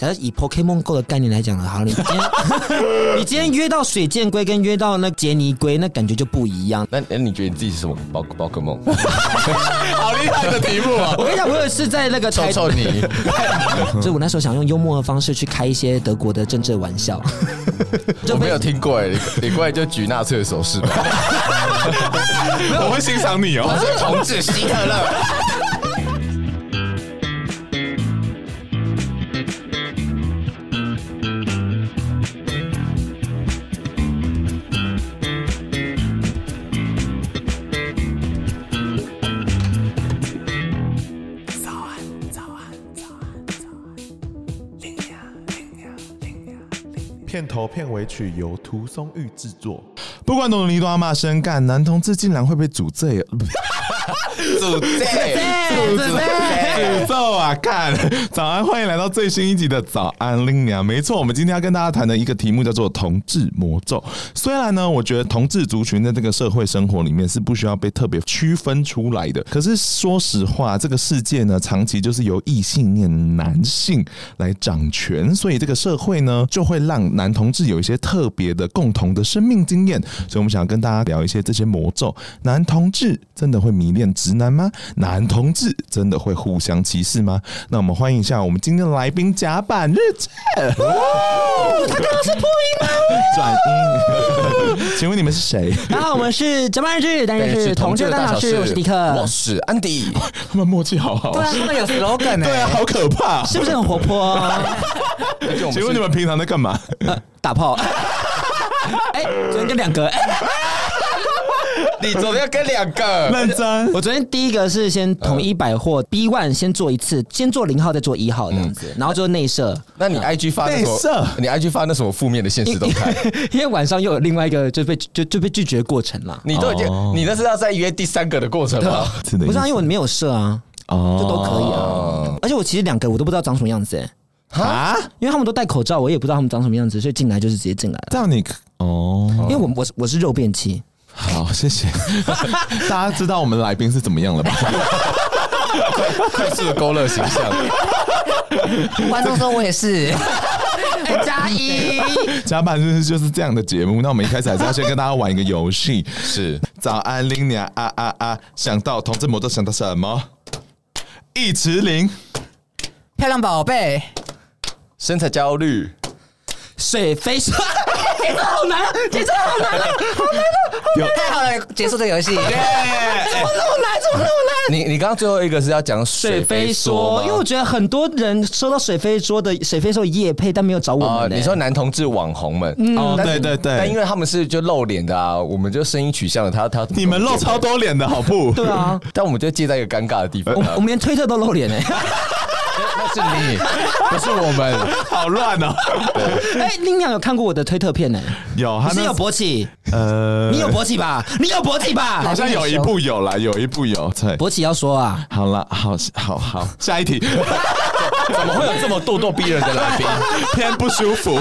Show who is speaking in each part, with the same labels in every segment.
Speaker 1: 假如以 Pokemon Go 的概念来讲的话，你今 天你今天约到水箭龟跟约到那杰尼龟，那感觉就不一样。
Speaker 2: 那那你觉得你自己是什么？宝宝可梦？ 好厉害的题目啊！
Speaker 1: 我跟你讲，我有一次在那个
Speaker 2: 臭
Speaker 1: 台，
Speaker 2: 臭 你，
Speaker 1: 所以我那时候想用幽默的方式去开一些德国的政治玩 笑，
Speaker 2: 我没有听过哎，你你过来就举纳粹的手 势吧。
Speaker 3: 我会欣赏你哦。
Speaker 2: 我是同志希特勒。
Speaker 3: 片头片尾曲由涂松玉制作。不管懂懂你多阿骂声干，男同志竟然会被诅罪，
Speaker 2: 组队，组队，
Speaker 3: 诅咒啊！干，早安，欢迎来到最新一集的早安令娘。没错，我们今天要跟大家谈的一个题目叫做同志魔咒。虽然呢，我觉得同志族群在这个社会生活里面是不需要被特别区分出来的，可是说实话，这个世界呢，长期就是由异性恋男性来掌权，所以这个社会呢，就会让男同志有一些特别的共同的生命经验。所以我们想要跟大家聊一些这些魔咒。男同志真的会迷恋直男吗？男同志真的会互相歧视吗？那我们欢迎一下我们今天的来宾甲板日志。哦，他刚刚是破音转音。 请问你们是谁？
Speaker 1: 大家好，我们是甲板日志，但是是同志大小事，我是迪克。
Speaker 2: 我是安 迪。
Speaker 3: 他们默契好好
Speaker 1: 对。啊，他们有 slogan 呢、
Speaker 3: 对啊，好可怕。
Speaker 1: 是不是很活泼？
Speaker 3: 请问你们平常在干嘛？
Speaker 1: 打炮。 哎、昨天跟两个、 哎
Speaker 2: 你昨天要跟两
Speaker 1: 呃
Speaker 2: 个，
Speaker 3: 认真。
Speaker 1: 我昨天第一个是先统一百货 B one 先做一次，先做零号再做一号这样子，然后做内射，
Speaker 2: 那你 IG 发那什
Speaker 3: 内射
Speaker 2: 么？你 IG 发那什么负面的现实动态？
Speaker 1: 因为晚上又有另外一个就被就就被拒绝过程啦。
Speaker 2: 你哦都已经，你那是要在约第三个的过程 吗？
Speaker 3: 是
Speaker 1: 不
Speaker 3: 的意
Speaker 1: 是
Speaker 3: 思
Speaker 1: 啊，因为我没有射啊，
Speaker 3: 哦
Speaker 1: 就都可以啊。而且我其实两个我都不知道长什么样子、哎，
Speaker 3: 啊，
Speaker 1: 因为他们都戴口罩，我也不知道他们长什么样子，所以进来就是直接进来了。
Speaker 3: 这样你可哦，
Speaker 1: 因为我我是我是肉便器，
Speaker 3: 好，谢 谢。大家知道我们来宾是怎么样了吧？
Speaker 2: 快速的勾勒形象，
Speaker 1: 观众说我也是。哎加一，
Speaker 3: 甲板日志就是这样的节目。那我们一开始还是要先跟大家玩一个游戏。
Speaker 2: 是
Speaker 3: 早安，林娘啊啊啊！想到同志魔咒，想到什么？一池林，
Speaker 1: 漂亮宝贝，
Speaker 2: 身材焦虑，
Speaker 1: 水飞刷，节奏好难啊，节奏好难啊，
Speaker 3: 有
Speaker 1: 太好了，结束这游戏。
Speaker 2: 你你刚刚最后一个是要讲
Speaker 1: 水
Speaker 2: 水
Speaker 1: 飞说，因为我觉得很多人收到水飞说的水飞说叶配，但没有找我
Speaker 2: 啊，
Speaker 1: 们、呢。欸嗯
Speaker 2: 你说男同志网红们，
Speaker 3: 哦，对对
Speaker 2: 但因
Speaker 3: 对，
Speaker 2: 为他们是就露脸的啊，我们就声音取向的，他他
Speaker 3: 你们露超，多脸的好不？
Speaker 1: 对 啊，
Speaker 2: 但我们就介在一个尴尬的地方啊
Speaker 1: 我。
Speaker 3: 哦
Speaker 1: 我们连推特都露脸欸呢、
Speaker 2: 那是你，不是我们。
Speaker 3: 好乱哦。
Speaker 1: 哎、林娘有看过我的推特片呢、
Speaker 3: 有，他
Speaker 1: 你是有
Speaker 3: 那
Speaker 1: 勃起，
Speaker 3: 呃，
Speaker 1: 你有勃起吧？你有勃起吧？
Speaker 3: 好像有一部有啦，有一部有。对，
Speaker 1: 勃起要说啊，
Speaker 3: 好了，好好好，下一题，
Speaker 2: 怎么会有这么咄咄逼人的 来宾？
Speaker 3: 偏不舒 服。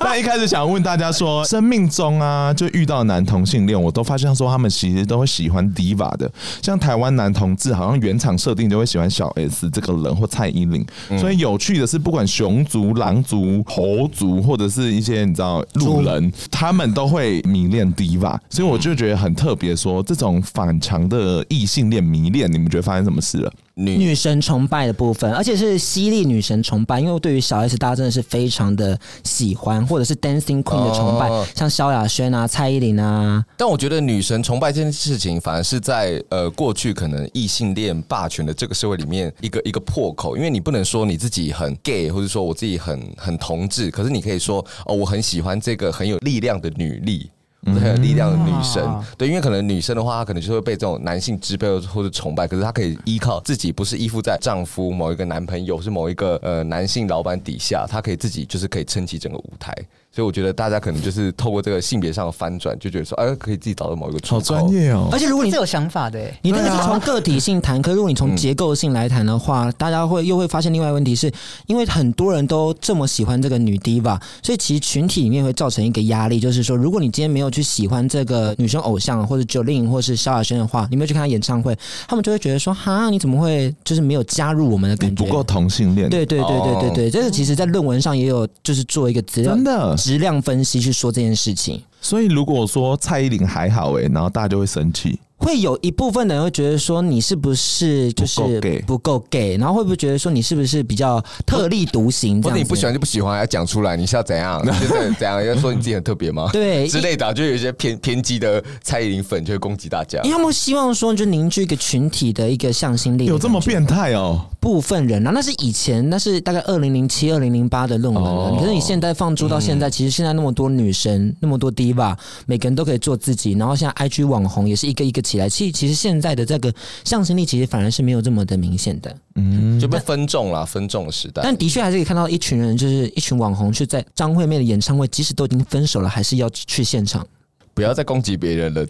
Speaker 3: 那一开始想问大家说，生命中啊，就遇到男同性恋，我都发现说他们其实都会喜欢 diva 的，像台湾男同志好像原厂设定就会喜欢小 S 这个人或蔡依林，所以有趣的是，不管熊族、狼族、猴族，或者是一些你知道路人，他们都会迷恋 diva，所以我就觉得很特别，说这种反常的异性恋迷恋，你们觉得发生什么事了？
Speaker 2: 女
Speaker 1: 女神崇拜的部分，而且是犀利女神崇拜，因为我对于小 S 大家真的是非常的喜欢，或者是 Dancing Queen 的崇拜，
Speaker 2: 哦
Speaker 1: 像萧亚轩啊、蔡依林啊，
Speaker 2: 但我觉得女神崇拜这件事情，反而是在呃过去可能异性恋霸权的这个社会里面一个一个破口，因为你不能说你自己很 gay，或者说我自己很很同志，可是你可以说哦，我很喜欢这个很有力量的女力。
Speaker 3: 嗯
Speaker 2: 或者很有力量的女生
Speaker 1: 嗯。
Speaker 2: 对，因为可能女生的话，她可能就会被这种男性支配或者崇拜，可是她可以依靠自己，不是依附在丈夫、某一个男朋友，是某一个呃男性老板底下，她可以自己就是可以撑起整个舞台。所以我觉得大家可能就是透过这个性别上的翻转，就觉得说，哎、可以自己找到某一个出口
Speaker 3: 好专。业哦
Speaker 1: 而。且如果你
Speaker 4: 是有想法的、欸，
Speaker 1: 你那个
Speaker 3: 啊
Speaker 1: 是从个体性谈，可如果你从结构性来谈的话，大家会又会发现另外一个问题是，因为很多人都这么喜欢这个女 diva，所以其实群体里面会造成一个压力，就是说，如果你今天没有去喜欢这个女生偶像或者 Jolin 或是萧亚轩的话，你没有去看她演唱会，他们就会觉得说，哈，你怎么会就是没有加入我们的
Speaker 3: 你
Speaker 1: 感觉？
Speaker 3: 不够同性恋，
Speaker 1: 对对对对对对，这个其实在论文上也有就是做一个资料
Speaker 3: 真的。
Speaker 1: 质量分析去说这件事情。
Speaker 3: 所以如果说蔡依林还好哎、然后大家就会生气。
Speaker 1: 会有一部分人会觉得说你是不是就是
Speaker 3: 不够 gay
Speaker 1: 不够 gay，然后会不会觉得说你是不是比较特立独行这
Speaker 2: 或者
Speaker 1: 样
Speaker 2: 你
Speaker 1: 子？
Speaker 2: 不喜欢就不喜欢，要讲出来，你是要怎样？就是怎样？要说你自己很特别吗？
Speaker 1: 对
Speaker 2: 之类的啊、就有一些偏偏激的蔡依林粉就会攻击大家
Speaker 1: 因。为他们希望说，就凝聚一个群体的一个向心力的感觉。
Speaker 3: 有这么变态哦？
Speaker 1: 部分人啊？那是以前，那是大概二零零七、二零零八的论文了。
Speaker 3: 哦
Speaker 1: 可是你现在放诸到
Speaker 2: 嗯
Speaker 1: 现在，其实现在那么多女神，那么多 diva，每个人都可以做自己。然后现在 IG 网红也是一个一个起来。其实，其实现在的这个向心力，其实反而是没有这么的明显的。
Speaker 2: 就被分众啦，分众的时代。
Speaker 1: 嗯但的确还是可以看到一群人，就是一群网红去在张惠妹的演唱会，即使都已经分手了，还是要去现 场。
Speaker 2: 不要再攻击别人了，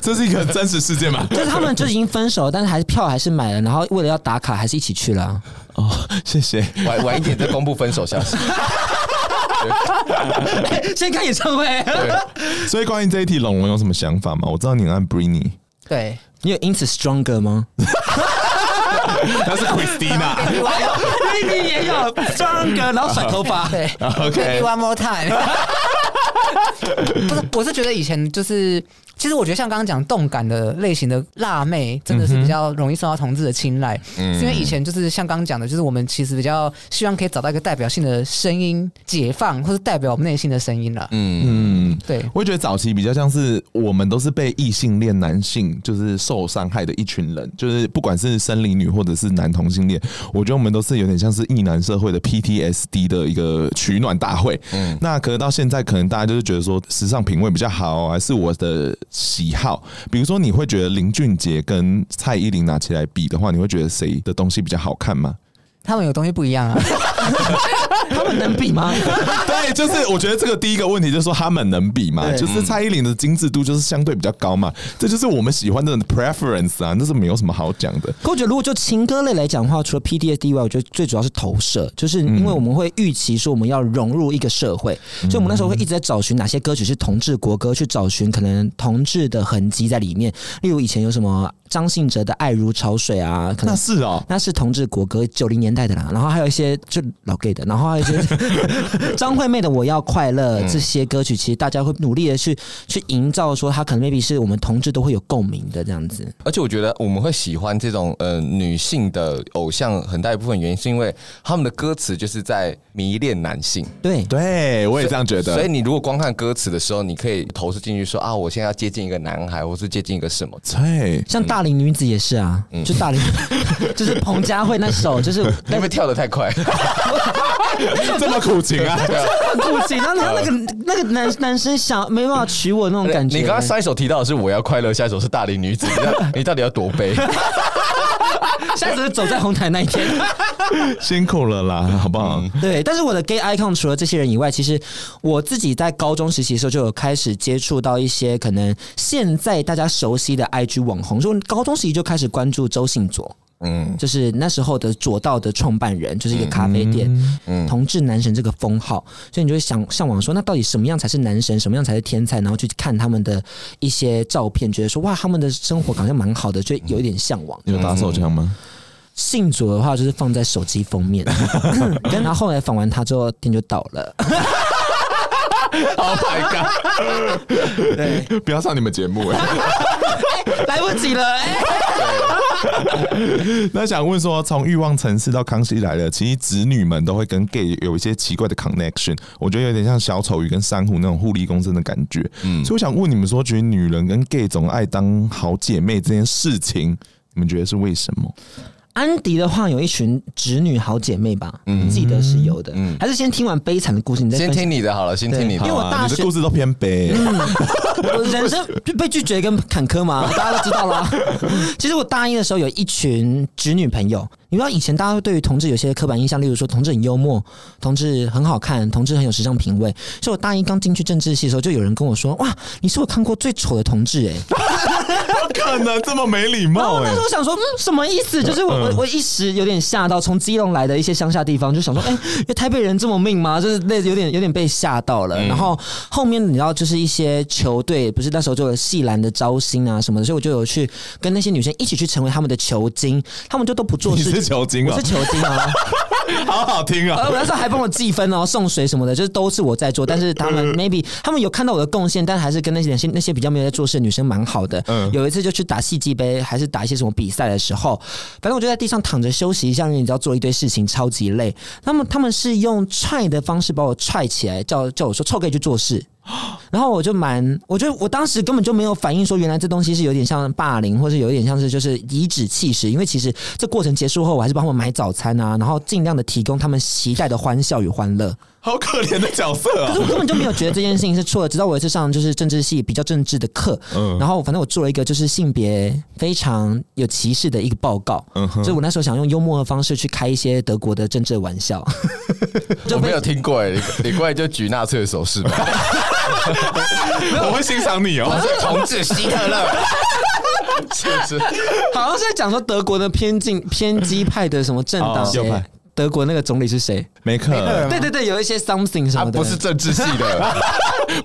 Speaker 3: 这是一个真实事件吗？
Speaker 1: 就是他们就已经分手了，但是还是票还是买了，然后为了要打卡，还是一起去了啊、
Speaker 3: 哦，谢谢。
Speaker 2: 晚晚一点再公布分手消息。
Speaker 1: 先看演唱会，
Speaker 3: 所以关于这一题，龙龙有什么想法吗？我知道你很爱 Britney，
Speaker 4: 对，
Speaker 1: 你有因此 stronger 吗？
Speaker 3: 她是 Christina。
Speaker 1: 你 也有 stronger，然后甩 头发
Speaker 4: 对
Speaker 3: OK，
Speaker 4: Baby One More Time 。不是，我是觉得以前就是，其实我觉得像刚刚讲动感的类型的辣妹，真的是比较容易受到同志的青睐，
Speaker 1: 嗯
Speaker 4: 是因为以前就是像刚刚讲的，就是我们其实比较希望可以找到一个代表性的声音，解放或是代表我们内心的声音啦。
Speaker 2: 嗯，
Speaker 3: 嗯，
Speaker 4: 对，
Speaker 3: 我觉得早期比较像是我们都是被异性恋男性就是受伤害的一群人，就是不管是生理女或者是男同性恋，我觉得我们都是有点像是异男社会的 PTSD 的一个取暖大会。嗯，那可能到现在，可能大家就是觉得说时尚品味比较好，还是我的喜好。比如说，你会觉得林俊杰跟蔡依林拿起来比的话，你会觉得谁的东西比较好看吗？
Speaker 4: 他们有东西不一样啊。
Speaker 1: 他们能比吗？
Speaker 3: 对，就是我觉得这个第一个问题就是说他们能比嘛，
Speaker 1: 对
Speaker 3: 就是蔡依林的精致度就是相对比较高嘛，这就是我们喜欢的 preference 啊，那是没有什么好讲的。
Speaker 1: 可我觉得，如果就情歌类来讲的话，除了 PDSD 以外，我觉得最主要是投射，就是因为我们会预期说我们要融入一个社会，所以我们那时候会一直在找寻哪些歌曲是同志国歌，去找寻可能同志的痕迹在里面。例如以前有什么张信哲的《爱如潮水》啊，可
Speaker 3: 那
Speaker 1: 能。
Speaker 3: 是哦，
Speaker 1: 那是同志国歌，九零年代的啦，然后还有一些就老 gay 的，然后还有一些张惠妹的《我要快乐》这些歌曲，其实大家会努力的去去营造，说它可能 maybe 是我们同志都会有共鸣的这样子。
Speaker 2: 而且我觉得我们会喜欢这种呃女性的偶像，很大一部分原因是因为他们的歌词就是在迷恋男性。
Speaker 1: 对，
Speaker 3: 对我也这样觉
Speaker 2: 所以
Speaker 3: 得。
Speaker 2: 你如果光看歌词的时候，你可以投射进去说啊，我现在要接近一个男孩，或是接近一个什么。
Speaker 3: 对，
Speaker 1: 像大龄女子也是啊，就大龄，就是彭佳慧那首，就是哎
Speaker 2: 你 会不会跳得太快？
Speaker 3: 这么苦 情啊！
Speaker 1: 很古琴，然后那个那个男男生想没办法娶我那种感觉。
Speaker 2: 你刚刚上一首提到的是我要快乐，下一首是大龄女子，你到 你到底要多悲？
Speaker 1: 下次走在红毯那一天。
Speaker 3: 辛苦了啦，好不好？
Speaker 1: 对，但是我的 gay icon 除了这些人以外，其实我自己在高中时期的时候就有开始接触到一些可能现在大家熟悉的 IG 网红，所以我高中时期就开始关注周信卓。嗯，就是那时候的左道的创办人，就是一个
Speaker 3: 嗯
Speaker 1: 咖啡店，同志男神这个封号，所以你就会想向往说，那到底什么样才是男神，什么样才是天才？然后去看他们的一些照片，觉得说哇，他们的生活好像蛮好的，就有一点向往。嗯
Speaker 3: 嗯你有打手枪吗？
Speaker 1: 信左的话就是放在手机封 面，然后后来访完他之后店就倒了。
Speaker 2: Oh my
Speaker 1: 对，
Speaker 3: 不要上你们节目哎。
Speaker 1: 来不及了。哎、
Speaker 3: 那想问说，从欲望城市到康熙来了，其实子女们都会跟 gay 有一些奇怪的 connection，我觉得有点像小丑鱼跟珊瑚那种互利共生的感觉。嗯，所以我想问你们说，觉得女人跟 gay 总爱当好姐妹这件事情，你们觉得是为什么？
Speaker 1: 安迪的话有一群侄女好姐妹吧，
Speaker 3: 嗯
Speaker 1: 记得是有的。还是先听完悲惨的故事，你再
Speaker 2: 先
Speaker 1: 分享
Speaker 2: 听你的好了，先听你
Speaker 1: 因为
Speaker 2: 的。
Speaker 1: 我
Speaker 3: 啊
Speaker 1: 大
Speaker 3: 你
Speaker 1: 学嗯
Speaker 3: 的故事都偏悲，
Speaker 1: 我 人生就被拒绝跟坎坷嘛，大家都知道啦。 其实我大一的时候有一群侄女朋友，你知道以前大家对于同志有些刻板印象，例如说同志很幽默，同志很好看，同志很有时尚品味。所以我大一刚进去政治系的时候，就有人跟我说：“哇，你是我看过最丑的同志哎、
Speaker 3: 不可能这么没礼
Speaker 1: 然后
Speaker 3: 貌
Speaker 1: 那
Speaker 3: 哎
Speaker 1: 时。候想说，嗯，什么意思？就是我
Speaker 3: 嗯
Speaker 1: 我我一时有点吓到，从基隆来的一些乡下地方，就想 说，哎、因为台北人这么命吗？就是那有点有点被吓到了。
Speaker 3: 嗯
Speaker 1: 然后后面你知道，就是一些球队，不是那时候就有系篮的招新啊什么的，所以我就有去跟那些女生一起去成为他们的球精，他们就都不做
Speaker 3: 你
Speaker 1: 事。
Speaker 3: 是球精
Speaker 1: 我
Speaker 3: 啊
Speaker 1: 是，球精啊，
Speaker 3: 好好听
Speaker 1: 呃，
Speaker 3: 啊
Speaker 1: 我！那时候还帮我计分哦，送水什么的，就是都是我在做，但是他
Speaker 3: 嗯
Speaker 1: 们 maybe 他们有看到我的贡献，但还是跟那些那些那些比较没有在做事的女生蛮好的。
Speaker 3: 嗯
Speaker 1: 有一次就去打戏剧杯，还是打一些什么比赛的时候，反正我就在地上躺着休息一下，因为你知道做一堆事情超级累。那么他们是用踹的方式把我踹起来，叫叫我说臭可以去做事。然后我就蛮，我就我当时根本就没有反应说，原来这东西是有点像霸凌，或是有点像是就是颐指气使。因为其实这过程结束后，我还是帮他们买早餐啊，然后尽量的提供他们期待的欢笑与欢乐。
Speaker 3: 好可怜的角色
Speaker 1: 可
Speaker 3: 啊
Speaker 1: 是！我根本就没有觉得这件事情是错的，直到我有一次上就是政治系比较政治的课，
Speaker 3: 嗯
Speaker 1: 然后反正我做了一个就是性别非常有歧视的一个报告，
Speaker 3: 嗯哼
Speaker 1: 所以我那时候想用幽默的方式去开一些德国的政治玩笑。
Speaker 2: 我没有听过哎，你你过来就举纳粹的手势吧。
Speaker 3: 我会欣赏你
Speaker 2: 我
Speaker 3: 哦。
Speaker 2: 是同志希特勒， 是不是？
Speaker 1: 好像是在讲说德国的偏进偏激派的什么政党，
Speaker 3: 哦右
Speaker 1: 谁
Speaker 3: 派
Speaker 1: 德国那个总理是谁？
Speaker 3: 梅克尔
Speaker 1: 对对对，有一些 something 什
Speaker 2: 他
Speaker 1: 么的，
Speaker 2: 啊不是政治系的，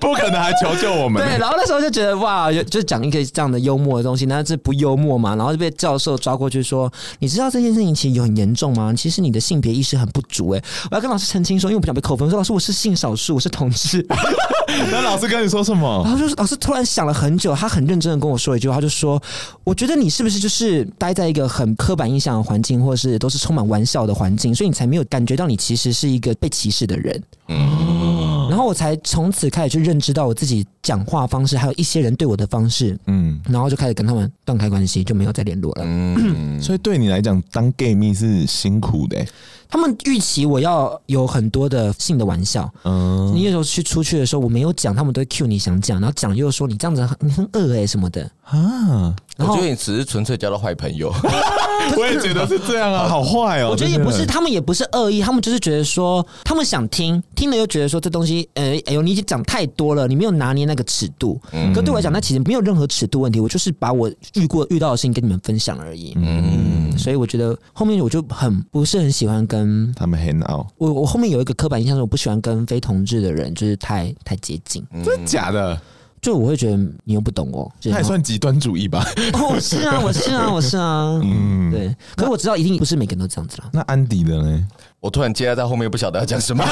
Speaker 3: 不可能还求救我们
Speaker 1: 对，，然后那时候就觉得哇，有就是讲一个这样的幽默的东西，那这不幽默嘛？然后就被教授抓过去说，你知道这件事情其实有很严重吗？其实你的性别意识很不足哎、我要跟老师澄清说，因为我不想被扣分，我说老师我是性少数，我是同志。
Speaker 3: 那老师跟你说什
Speaker 1: 然
Speaker 3: 么？
Speaker 1: 后就是老师突然想了很久，他很认真的跟我说一句话，他就说：“我觉得你是不是就是待在一个很刻板印象的环境，或者是都是充满玩笑的环境，所以你才没有感觉到你其实是一个被歧视的人。”然后我才从此开始去认知到我自己讲话方式，还有一些人对我的方式，
Speaker 3: 嗯，
Speaker 1: 然后就开始跟他们断开关系，就没有再联络了。
Speaker 2: 嗯，
Speaker 3: 所以对你来讲，当 gay 蜜是辛苦的欸。
Speaker 1: 他们预期我要有很多的性的玩笑，
Speaker 3: 嗯，
Speaker 1: 你有时候去出去的时候我没有讲，他们都会 cue 你想讲，然后讲又说你这样子很你很恶哎、什么的。
Speaker 3: 啊，
Speaker 2: 我
Speaker 1: 然
Speaker 2: 觉
Speaker 1: 后
Speaker 2: 得你只是纯粹交到坏朋友，
Speaker 3: 我也觉得是这样啊， 好坏哦。
Speaker 1: 我觉得也不是，
Speaker 3: 真的，
Speaker 1: 他们也不是恶意，他们就是觉得说，他们想听，听了又觉得说这东西，呃，哎呦，你已经讲太多了，你没有拿捏那个尺度。可对我来讲，那其实没有任何尺度问题，我就是把我遇过遇到的事情跟你们分享而已。嗯，所以我觉得后面我就很不是很喜欢跟
Speaker 3: 他们 hang out，
Speaker 1: 我我后面有一个刻板印象，是我不喜欢跟非同志的人就是太太接近，
Speaker 3: 真假的？
Speaker 1: 就我会觉得你又不懂我，
Speaker 3: 嗯他也
Speaker 1: 就是
Speaker 3: 算极端主义吧？
Speaker 1: 哦 我是啊，我是啊，我是啊，嗯，对。可是我知道一定不是每个人都这样子啦。
Speaker 3: 那安迪的呢？
Speaker 2: 我突然接在后面不晓得要讲 什么。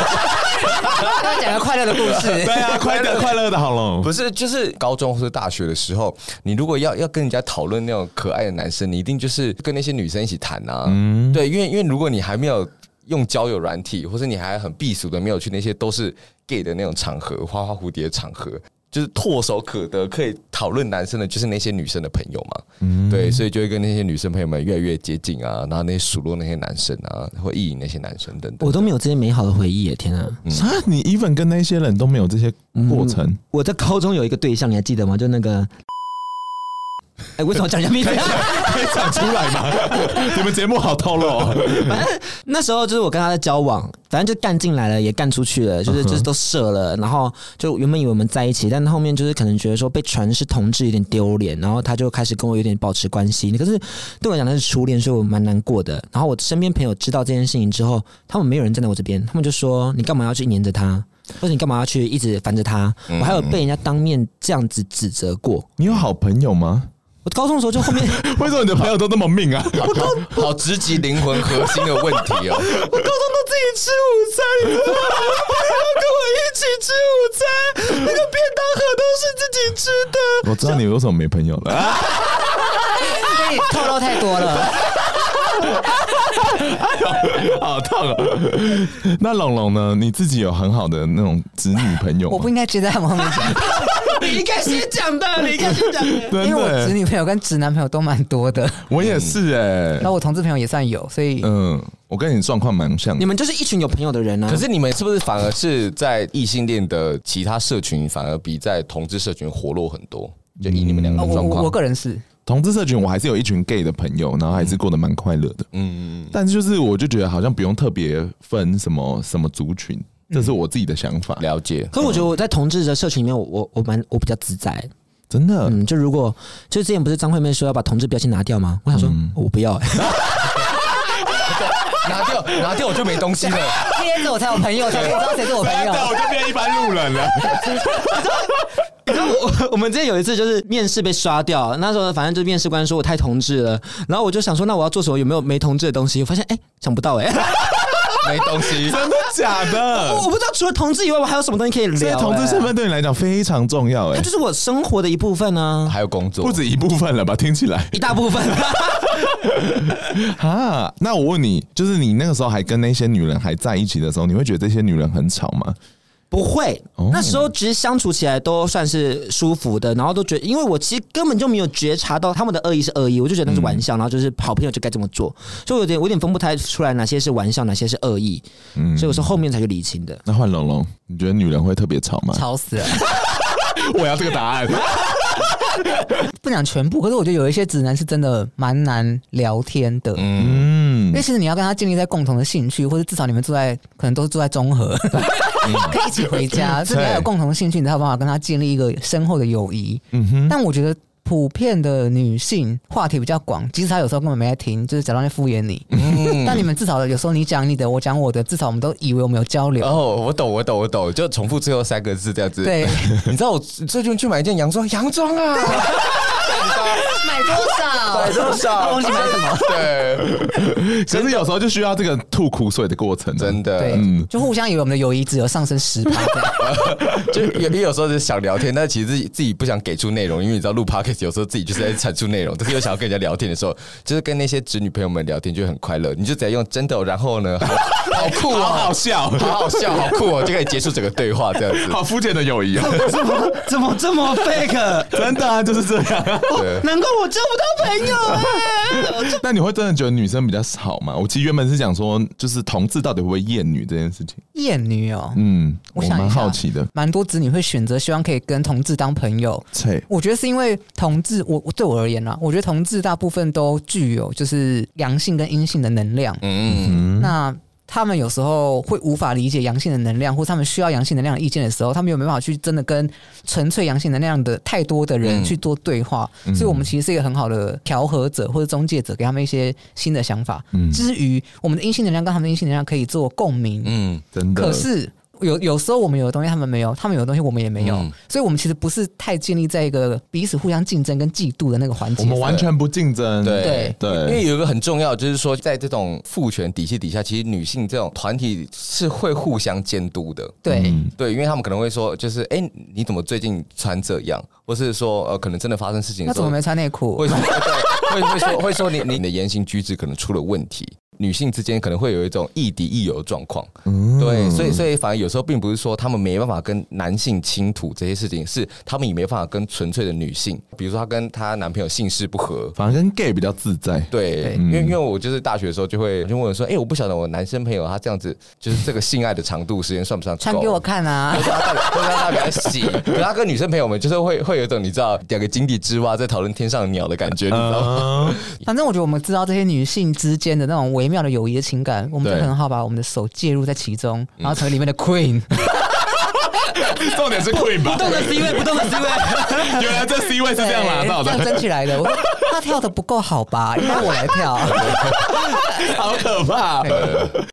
Speaker 4: 要 讲个快乐的故事。
Speaker 3: 对啊，快乐快乐的好喽。
Speaker 2: 不是，就是高中或者大学的时候，你如果要要跟人家讨论那种可爱的男生，你一定就是跟那些女生一起谈啊。
Speaker 4: 嗯
Speaker 3: 嗯
Speaker 2: 对，因为因为如果你还没有用交友软体，或是你还很避俗的没有去那些都是 gay 的那种场合，花花蝴蝶的场合。就是唾手可得可以讨论男生的，就是那些女生的朋友嘛，
Speaker 4: 嗯
Speaker 2: 对，所以就会跟那些女生朋友们越来越接近啊，然后那些数落那些男生啊，或意淫那些男生等等。
Speaker 1: 我都没有这些美好的回忆耶！天啊，嗯
Speaker 3: 啊，你 even 跟那些人都没有这些过程，
Speaker 1: 我在高中有一个对象，你还记得吗？就那个，哎、为什么讲人家名字？
Speaker 3: 可以讲出来吗？ 你们节目好透露哦，
Speaker 1: 那时候就是我跟他在交往，反正就干进来了，也干出去了，就是就是都射了，然后就原本以为我们在一起，但后面就是可能觉得说被传是同志有点丢脸，然后他就开始跟我有点保持关系。可是对我来讲那是初恋，所以我蛮难过的。然后我身边朋友知道这件事情之后，他们没有人站在我这边，他们就说你干嘛要去黏着他？或者你干嘛要去一直烦着他？我还有被人家当面这样子指责过。
Speaker 3: 你有好朋友吗？
Speaker 1: 我高中的时候就后面，
Speaker 3: 为什么你的朋友都那么命啊？
Speaker 2: 好直击灵魂核心的问题哦。
Speaker 1: 我高中都自己吃午餐，你知道吗？要跟我一起吃午餐，那个便当盒都是自己吃的。
Speaker 3: 我知道你为什么没朋友了啊！
Speaker 4: 所以透露太多了，
Speaker 3: 好烫 哦。那龙龙呢？你自己有很好的那种子女朋友
Speaker 4: 我不
Speaker 3: 吗？
Speaker 4: 应该接在他们后面讲。 你应该先讲的，你应该先讲的。
Speaker 3: 真
Speaker 4: 因为我
Speaker 3: 的
Speaker 4: 直
Speaker 3: 欸，
Speaker 4: 女朋嗯友跟直男朋友都蛮多的，
Speaker 3: 我也是哎
Speaker 4: 然，后我同志朋友也算有，所以
Speaker 3: 嗯，我跟你状况蛮像
Speaker 1: 你
Speaker 3: 的。
Speaker 1: 们就是一群有朋友的人啊。
Speaker 2: 可是你们是不是反而是在异性恋的其他社群，反而比在同志社群活络很多？就以你们两个
Speaker 4: 哦
Speaker 2: 的
Speaker 4: 我
Speaker 2: 状
Speaker 4: 我
Speaker 2: 况
Speaker 4: 我，个人是
Speaker 3: 同志社群我还是有一群 gay 的朋友，然后还是过得蛮快乐的。
Speaker 2: 嗯，嗯
Speaker 3: 但是就是我就觉得好像不用特别分什么什么族群，这是我自己的想法
Speaker 2: 嗯，。了解。
Speaker 1: 可是我觉得我在同志的社群里面，我我我蛮我比较自在。
Speaker 3: 真的，
Speaker 1: 嗯，就如果就之前不是张惠妹说要把同志标签拿掉吗？我想说，
Speaker 3: 嗯
Speaker 1: 我不 要、欸。
Speaker 2: 拿掉拿掉我就没东 西了。
Speaker 4: 贴着我才有朋友，才可以知道谁是我朋友。
Speaker 3: 我就变一般路人了。
Speaker 1: 你知道我我们之前有一次就是面试被刷掉，那时候反正就面试官说我太同志了，然后我就想说，那我要做什么有没有没同志的东西？我发现哎、想不到哎、
Speaker 2: 没东西，
Speaker 3: 真的假
Speaker 1: 我
Speaker 3: 的？
Speaker 1: 我不知道除了同志以外，我还有什么东西可以
Speaker 3: 所以
Speaker 1: 聊、
Speaker 3: 同志身份对你来讲非常重要，
Speaker 1: 哎，
Speaker 3: 哎
Speaker 1: 它就，是我生活的一部分啊，
Speaker 2: 还有工作，
Speaker 3: 不止一部分了吧？听起来
Speaker 1: 一大部分。
Speaker 3: 哈。那我问你，就是你那个时候还跟那些女人还在一起的时候，你会觉得这些女人很吵吗？
Speaker 1: 不会
Speaker 3: 哦，
Speaker 1: 那时候其实相处起来都算是舒服的，然后都觉得，因为我其实根本就没有觉察到他们的恶意是恶意，我就觉得那是玩笑，然后就是好朋友就该这么做，所以我有点我有点分不太出来哪些是玩笑，哪些是恶意，
Speaker 3: 嗯
Speaker 1: 所以我是后面才去理清的。
Speaker 3: 那换龙龙，你觉得女人会特别吵吗？
Speaker 4: 吵死了！
Speaker 3: 我要这个答案。
Speaker 4: 不讲全部，可是我觉得有一些直男是真的蛮难聊天的，
Speaker 2: 嗯，
Speaker 3: 嗯
Speaker 4: 因为，其实你要跟他建立在共同的兴趣，或者至少你们住在可能都是住在中和， 可以一起回家，这你要有共同的兴趣，你才有办法跟他建立一个深厚的友谊。
Speaker 3: 嗯哼，
Speaker 4: 但我觉得普遍的女性话题比较广，即使她有时候根本没在听，就是假装在敷衍你。但你们至少有时候你讲你的，我讲我的，至少我们都以为我们有交流。
Speaker 2: 哦，我懂，我懂，我懂，就重复最后三个字这样子。
Speaker 4: 对，
Speaker 2: 你知道我最近去买一件洋装，洋装啊，
Speaker 4: 买多少？
Speaker 2: 多少？
Speaker 4: 忘记买什么？
Speaker 2: 对，
Speaker 3: 可是有时候就需要这个吐苦水的过程啊，
Speaker 2: 真
Speaker 4: 对
Speaker 2: 的，，嗯
Speaker 4: 就互相以为我们的友谊只有上升十趴这样。
Speaker 2: 就有也有时候是想聊天，但其实自己自己不想给出内容，因为你知道录 podcast 有时候自己就是在产出内容，但是又想要跟人家聊天的时候， 就是跟那些侄女朋友们聊天就会很快乐，你就直接用真的哦，然后呢，好好酷哦，
Speaker 3: 好好笑，
Speaker 2: 好好笑，好酷哦，就可以结束整个对话这样子。
Speaker 3: 好肤浅的友谊哦，
Speaker 1: 怎么怎么这么 fake？
Speaker 3: 真的啊，就是这样。
Speaker 2: 对，
Speaker 1: 难怪我交不到朋友哎、
Speaker 3: 那你会真的觉得女生比较吵吗？我其实原本是想说，就是同志到底会不会厌女这件事情。
Speaker 4: 艳女哦，
Speaker 3: 嗯，我
Speaker 4: 我想一下
Speaker 3: 蛮好奇的。
Speaker 4: 蛮多子女会选择希望可以跟同志当朋友。
Speaker 3: 对，
Speaker 4: 我觉得是因为同志，我我对我而言啊啦，我觉得同志大部分都具有就是阳性跟阴性的能量。
Speaker 2: 嗯，
Speaker 4: 那他们有时候会无法理解阳性的能量，或他们需要阳性能量的意见的时候，他们又没办法去真的跟纯粹阳性能量的太多的人
Speaker 2: 嗯
Speaker 4: 去做对话，所以我们其实是一个很好的调和者或者中介者，给他们一些新的想法。
Speaker 3: 嗯
Speaker 4: 至于我们的阴性能量跟他们的阴性能量可以做共鸣，
Speaker 2: 嗯，
Speaker 3: 真的。
Speaker 4: 可是有有时候我们有的东西他们没有，他们有的东西我们也没有，
Speaker 2: 嗯
Speaker 4: 所以我们其实不是太建立在一个彼此互相竞争跟嫉妒的那个环
Speaker 3: 我
Speaker 4: 节。
Speaker 3: 们完全不竞争。
Speaker 2: 对
Speaker 4: 对
Speaker 2: 因为
Speaker 3: 对，
Speaker 2: 有一个很重要，就是说，在这种父权体系底下，其实女性这种团体是会互相监督的。
Speaker 4: 对、
Speaker 3: 嗯
Speaker 2: 对，因为他们可能会说，就是哎、你怎么最近穿这样？或是说，呃，可能真的发生事情
Speaker 4: 那
Speaker 2: 的时
Speaker 4: 怎么
Speaker 2: 候，
Speaker 4: 没穿内裤
Speaker 2: 会？ 说，对，会会说，会说你你你的言行举止可能出了问题。女性之间可能会有一种亦敌亦友的状况，
Speaker 4: 嗯
Speaker 2: 对，所以所以反而有时候并不是说他们没办法跟男性倾吐这些事情，是他们也没办法跟纯粹的女性，比如说她跟她男朋友姓氏不合，
Speaker 3: 反而跟 gay 比较自 在。
Speaker 2: 对，因为因为
Speaker 5: 嗯
Speaker 2: 我就是大学的时候就会就问我说，哎、我不晓得我男生朋友他这样子，就是这个性爱的长度时间算不算够？
Speaker 4: 穿给我看啊
Speaker 2: 或！者他到底，或者他到底要洗？可是他跟女生朋友们就是会会有一种你知道两个井底之蛙在讨论天上的鸟的感觉，你知道吗？
Speaker 3: 嗯，
Speaker 4: 反正我觉得我们知道这些女性之间的那种微妙的友谊的情感，我们就
Speaker 3: 对嗯
Speaker 4: 很好把我们的手介入在其中，然后成为里面的 queen。
Speaker 5: 嗯
Speaker 3: 重点是 queen 吧？
Speaker 1: 动的 C 位，不动的 C 位。
Speaker 3: 原来这 C 位是 这样拿到
Speaker 4: 对这
Speaker 3: 的，
Speaker 4: 样争起来的。我说他跳的不够好 吧，应该我来跳。
Speaker 3: 好可怕。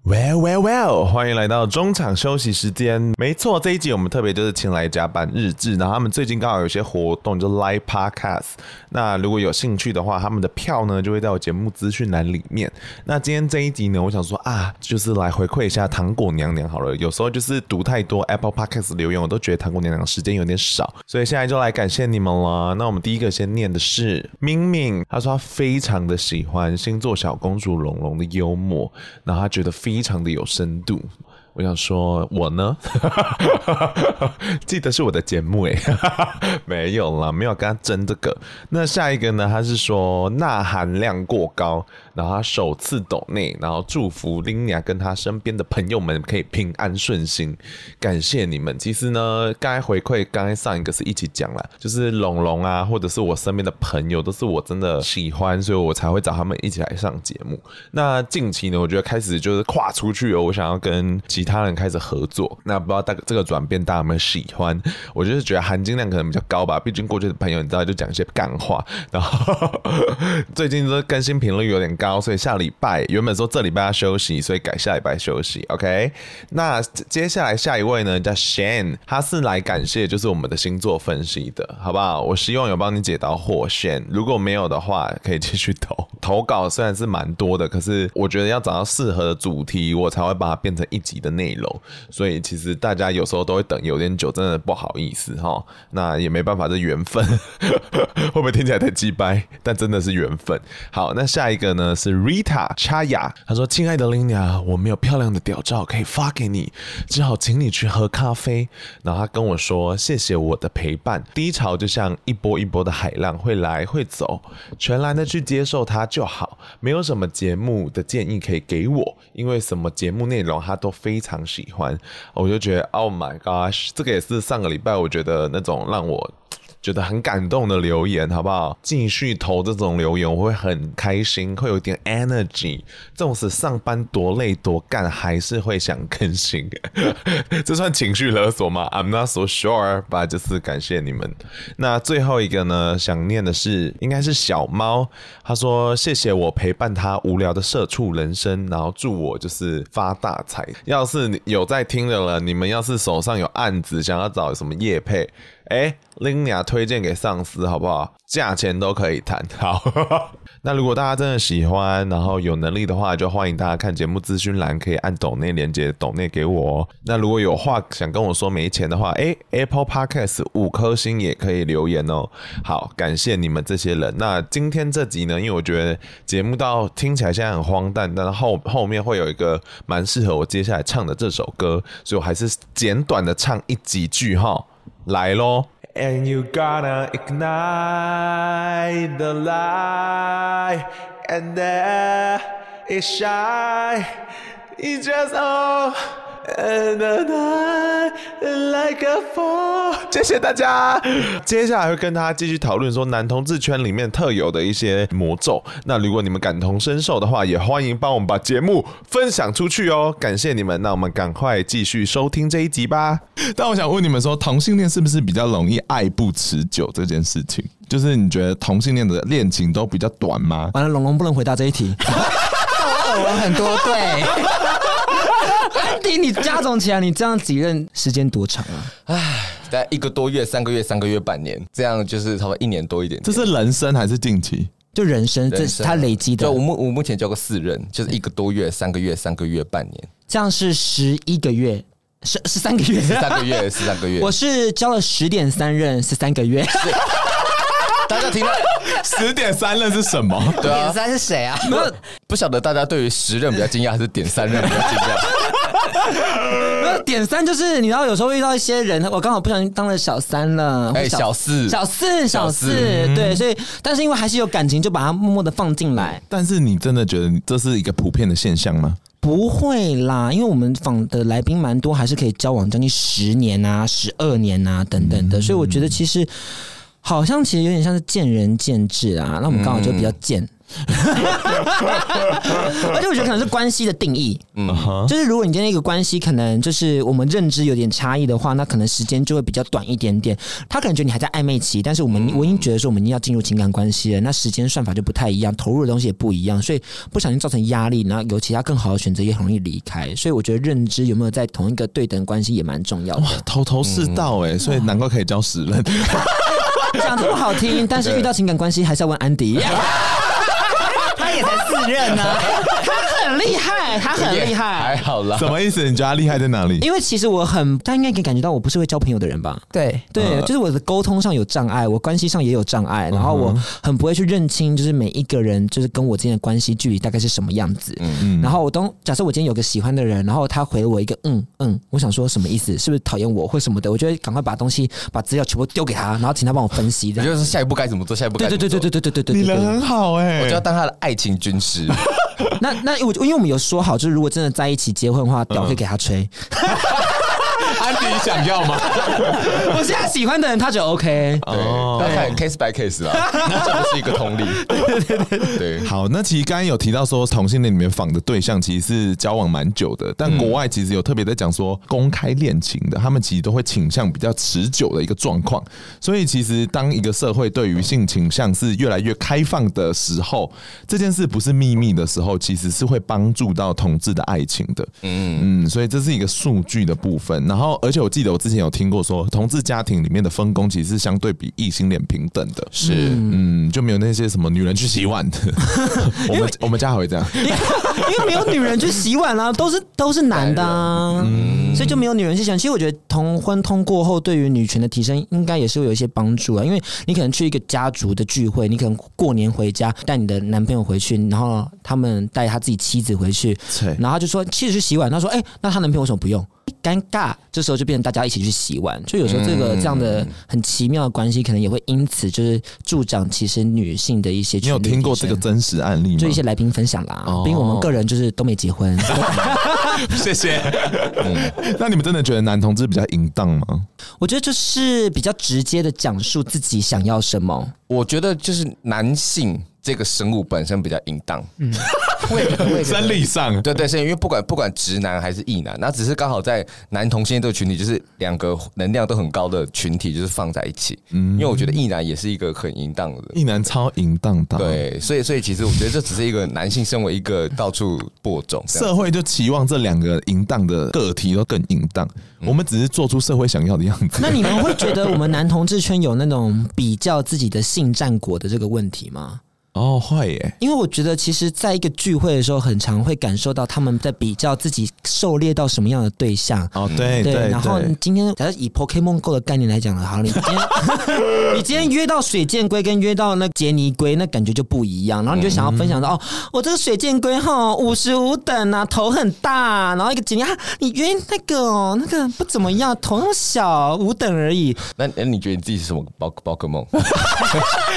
Speaker 6: Well, well, well！欢迎来到中场休息时间。没错，这一集我们特别就是请来甲板日志，然后他们最近刚好有一些活动，就 Live Podcast。那如果有兴趣的话，他们的票呢就会在我节目资讯栏里面。那今天这一集呢，我想说啊，就是来回馈一下糖果娘娘好了。有时候就是读太多 Apple Podcast 留言，我都觉得糖果娘娘时间有点少，所以现在就来感谢你们了。那我们第一个先念的是明明，她说她非常的喜欢星座小公主龙龙的幽默，然后她觉得非常的有深度。
Speaker 3: 我想说，我呢， 记得是我的节目哎、 没有啦，没有跟他争这个。那下一个呢？他是说钠含量过高，然后他首次抖内，然后祝福 Lina 跟他身边的朋友们可以平安顺心，感谢你们。其实呢，刚才回馈，刚才上一个是一起讲了，就是龙龙啊，或者是我身边的朋友，都是我真的喜欢，所以我才会找他们一起来上节目。那近期呢，我觉得开始就是跨出去哦，我想要跟其他人开始合作。那不知道大这个转变大家有没有喜欢？我就是觉得含金量可能比较高吧，毕竟过去的朋友你知道就讲一些干话，然后 最近都更新频率有点高，所以下礼拜原本说这礼拜要休息，所以改下礼拜休息。OK，那接下来下一位呢叫 Shane，他是来感谢就是我们的星座分析的，好不好？我希望有帮你解到惑，Shane，如果没有的话，可以继续投投稿，虽然是蛮多的，可是我觉得要找到适合的主题，我才会把它变成一集的内容。所以其实大家有时候都会等有点久，真的不好意思哈。那也没办法，这缘分 会不会听起来太鸡掰？但真的是缘分。好，那下一个呢是 Rita 叉雅，她说：“亲爱的 Lina，我没有漂亮的屌照可以发给你，只好请你去喝咖啡。”然后她跟我说：“谢谢我的陪伴，低潮就像一波一波的海浪，会来会走，全然的去接受它就好。没有什么节目的建议可以给我，因为什么节目内容她都非常喜欢。”我就觉得，Oh my gosh，这个也是上个礼拜我觉得那种让我。觉得很感动的留言，好不好？继续投这种留言，我会很开心，会有一点 energy。纵使上班多累多干，还是会想更新。 这算情绪勒索吗？I'm not so sure，吧，就是感谢你们。那最后一个呢，想念的是应该是小猫，他说谢谢我陪伴他无聊的社畜人生，然后祝我就是发大财。要是你有在听的了，你们要是手上有案子，想要找什么业配。哎，Lina 推荐给上司好不好？价钱都可以谈。 好，那如果大家真的喜欢，然后有能力的话，就欢迎大家看节目资讯栏，可以按抖内连接抖内给我、哦。那如果有话想跟我说没钱的话，哎，Apple Podcast 五颗星也可以留言哦。好，感谢你们这些人。那今天这集呢，因为我觉得节目到听起来现在很荒诞，但后后面会有一个蛮适合我接下来唱的这首歌，所以我还是简短的唱一几句哈。来喽。And you gotta ignite the light, and there it shine. It just all and the night like a fall。谢谢大家。接下来会跟大家继续讨论说男同志圈里面特有的一些魔咒。那如果你们感同身受的话，也欢迎帮我们把节目分享出去哦。感谢你们，那我们赶快继续收听这一集吧。
Speaker 5: 但我想问你们说，同性恋是不是比较容易爱不持久这件事情？就是你觉得同性恋的恋情都比较短吗？
Speaker 1: 完了，龙龙不能回答这一题。哦
Speaker 4: 耳闻很多 对，
Speaker 1: 安迪，你加总起来，你这样几任时间多长啊？
Speaker 2: 大概一个多月、三个月、三个月、半年，这样就是差不多一年多一点
Speaker 5: 这
Speaker 2: 点。
Speaker 5: 是人生还是近期？
Speaker 1: 就人生，啊这
Speaker 2: 人
Speaker 1: 是
Speaker 2: 生
Speaker 1: 他累积的
Speaker 2: 就，我目我目前交过四任，就是一个多月、三个月、三个月、半年、
Speaker 1: 这样是十一个月，十十三个月。
Speaker 2: 十三个月、十三个月。
Speaker 1: 我是交了十点三任，十三个 月。
Speaker 2: 大家听到
Speaker 5: 十点三任是什么？
Speaker 2: 对
Speaker 4: 点
Speaker 2: 啊，
Speaker 4: 三是谁啊？
Speaker 2: 不晓得大家对于十任比较惊讶，还是点三任比较 惊讶？
Speaker 1: 没有点三就是你知道，有时候遇到一些人，我刚好不小心当了小三了，
Speaker 2: 哎
Speaker 1: 或
Speaker 2: 小四
Speaker 1: 小四、小
Speaker 2: 小
Speaker 1: 四
Speaker 2: 四，嗯
Speaker 1: 对，所以但是因为还是有感情，就把它默默的放进来。
Speaker 5: 但是你真的觉得这是一个普遍的现象吗？
Speaker 1: 不会啦，因为我们访的来宾蛮多，还是可以交往将近十年啊、十二年啊等等
Speaker 2: 嗯
Speaker 1: 的，所以我觉得其实好像其实有点像是见仁见智啊。那我们刚好就比较贱。 而且我觉得可能是关系的定义，嗯，就是如果你今天一个关系可能就是我们认知有点差异的话，那可能时间就会比较短一点点。他可能觉得你还在暧昧期，但是我们、我已经觉得说我们已经要进入情感关系了，那时间算法就不太一样，投入的东西也不一样，所以不小心造成压力，然后有其他更好的选择也很容易离开。所以我觉得认知有没有在同一个对等关系也蛮重要的。
Speaker 5: 头头是道
Speaker 3: 欸
Speaker 5: 哎、所以难怪可以交十 任。
Speaker 1: 讲的不好听，但是遇 到情感关系还是要问安迪。
Speaker 4: 他也才四任呢、啊，他很
Speaker 1: 厉害，他很厉
Speaker 2: 还
Speaker 1: 害。
Speaker 2: 好啦
Speaker 3: 什。么意思？你觉得他厉害在哪里？
Speaker 1: 因为其实我很，大家应该可以感觉到我不是会交朋友的人吧？
Speaker 4: 对，
Speaker 3: 呃
Speaker 1: 对，就是我的沟通上有障碍，我关系上也有障
Speaker 3: 嗯
Speaker 1: 碍，然后我很不会去认清，就是每一个人就是跟我之间的关系距离大概是什么样子。
Speaker 3: 嗯
Speaker 1: 然后我当假设我今天有个喜欢的人，然后他回了我一个嗯嗯，我想说什么意思？是不是讨厌我或什么的？我就会赶快把东西把资料全部丢给他，然后请他帮我分析
Speaker 2: 你
Speaker 1: 的。
Speaker 2: 就是下一步该怎么做，下一步
Speaker 1: 对
Speaker 2: 该
Speaker 1: 对对对
Speaker 2: 怎么做
Speaker 1: 对对对对对
Speaker 3: 你
Speaker 1: 对
Speaker 3: 人
Speaker 1: 对。
Speaker 3: 很好哎、
Speaker 5: 欸
Speaker 2: 我就要当他的爱情军师。
Speaker 1: 那那我因为我们有说好，就是如果真的在一起结婚的话，屌可以给他吹。
Speaker 2: 安迪想要吗？
Speaker 1: 我现在喜欢的人他就 OK。
Speaker 2: 哦，那看 case by case 啦，这不是一个同理。对对对对，
Speaker 3: 好，那其实刚刚有提到说同性恋里面访的对象其实是交往蛮久的，但国外其实有特别在讲说公开恋情的，他们其实都会倾向比较持久的一个状况。所以其实当一个社会对于性倾向是越来越开放的时候，这件事不是秘密的时候，其实是会帮助到同志的爱情的。嗯嗯，所以这是一个数据的部分。然后，而且我记得我之前有听过说，同志家庭里面的分工其实是相对比异性恋平等的。是，嗯，就没有那些什么女人去洗碗的。 我们我们家还会这样。
Speaker 1: 因为因为没有女人去洗碗啦、都是都是男的、啊，所以就没有女人去想。其实我觉得同婚通过后，对于女权的提升，应该也是会有一些帮助啊。因为你可能去一个家族的聚会，你可能过年回家带你的男朋友回去，然后他们带他自己妻子回去，
Speaker 3: 对
Speaker 1: 然后他就说妻子去洗碗，他说哎、那她男朋友为什么不用？尴尬，这时候就变成大家一起去洗碗，就有时候这
Speaker 3: 嗯
Speaker 1: 个这样的很奇妙的关系，可能也会因此就是助长其实女性的一些。
Speaker 3: 你有听过这个真实案例吗？哦
Speaker 1: 就一些来宾分享啦，毕竟我们个人就是都没结婚，
Speaker 2: 谢谢。
Speaker 3: 那你们真的觉得男同志比较淫荡吗？
Speaker 1: 我觉得就是比较直接的讲述自己想要什 么。
Speaker 2: 我觉得就是男性这个生物本身比较淫荡，
Speaker 4: 我也觉得，我也觉得
Speaker 3: 生理上，
Speaker 2: 对对，是因为不管不管直男还是异男，那只是刚好在男同性恋这个群体，就是两个能量都很高的群体，就是放在一起。嗯，因为我觉得异男也是一个很淫荡的人。
Speaker 3: 一男超淫荡的。。啊
Speaker 2: 对，所以所以其实我觉得这只是一个男性身为一个到处播种这样
Speaker 3: 社会就期望这两个淫荡的个体都更淫荡，我们只是做出社会想要的样子。
Speaker 1: 那你们会觉得我们男同志圈有那种比较自己的性战果的这个问题吗？
Speaker 3: 哦，会耶，
Speaker 1: 因为我觉得，其实在一个聚会的时候，很常会感受到他们在比较自己狩猎到什么样的对象。
Speaker 3: 哦，对
Speaker 1: 对，
Speaker 3: 对
Speaker 1: 然后
Speaker 3: 对，
Speaker 1: 今天假设以 Pokemon Go 的概念来讲了，好，你今天你今天约到水箭龟跟约到那杰尼龟，那感觉就不一样。然后你就想要分享到、哦，我这个水箭龟哈五十五等啊，头很大，然后一个杰尼啊，你约那个哦，那个不怎么样，头那么小，五等而已。
Speaker 2: 那那你觉得你自己是什么宝宝可梦？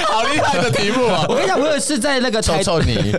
Speaker 2: 好厉害的题目啊！
Speaker 1: 我跟你讲，我有一次在那个
Speaker 2: 臭
Speaker 1: 台
Speaker 2: 臭你，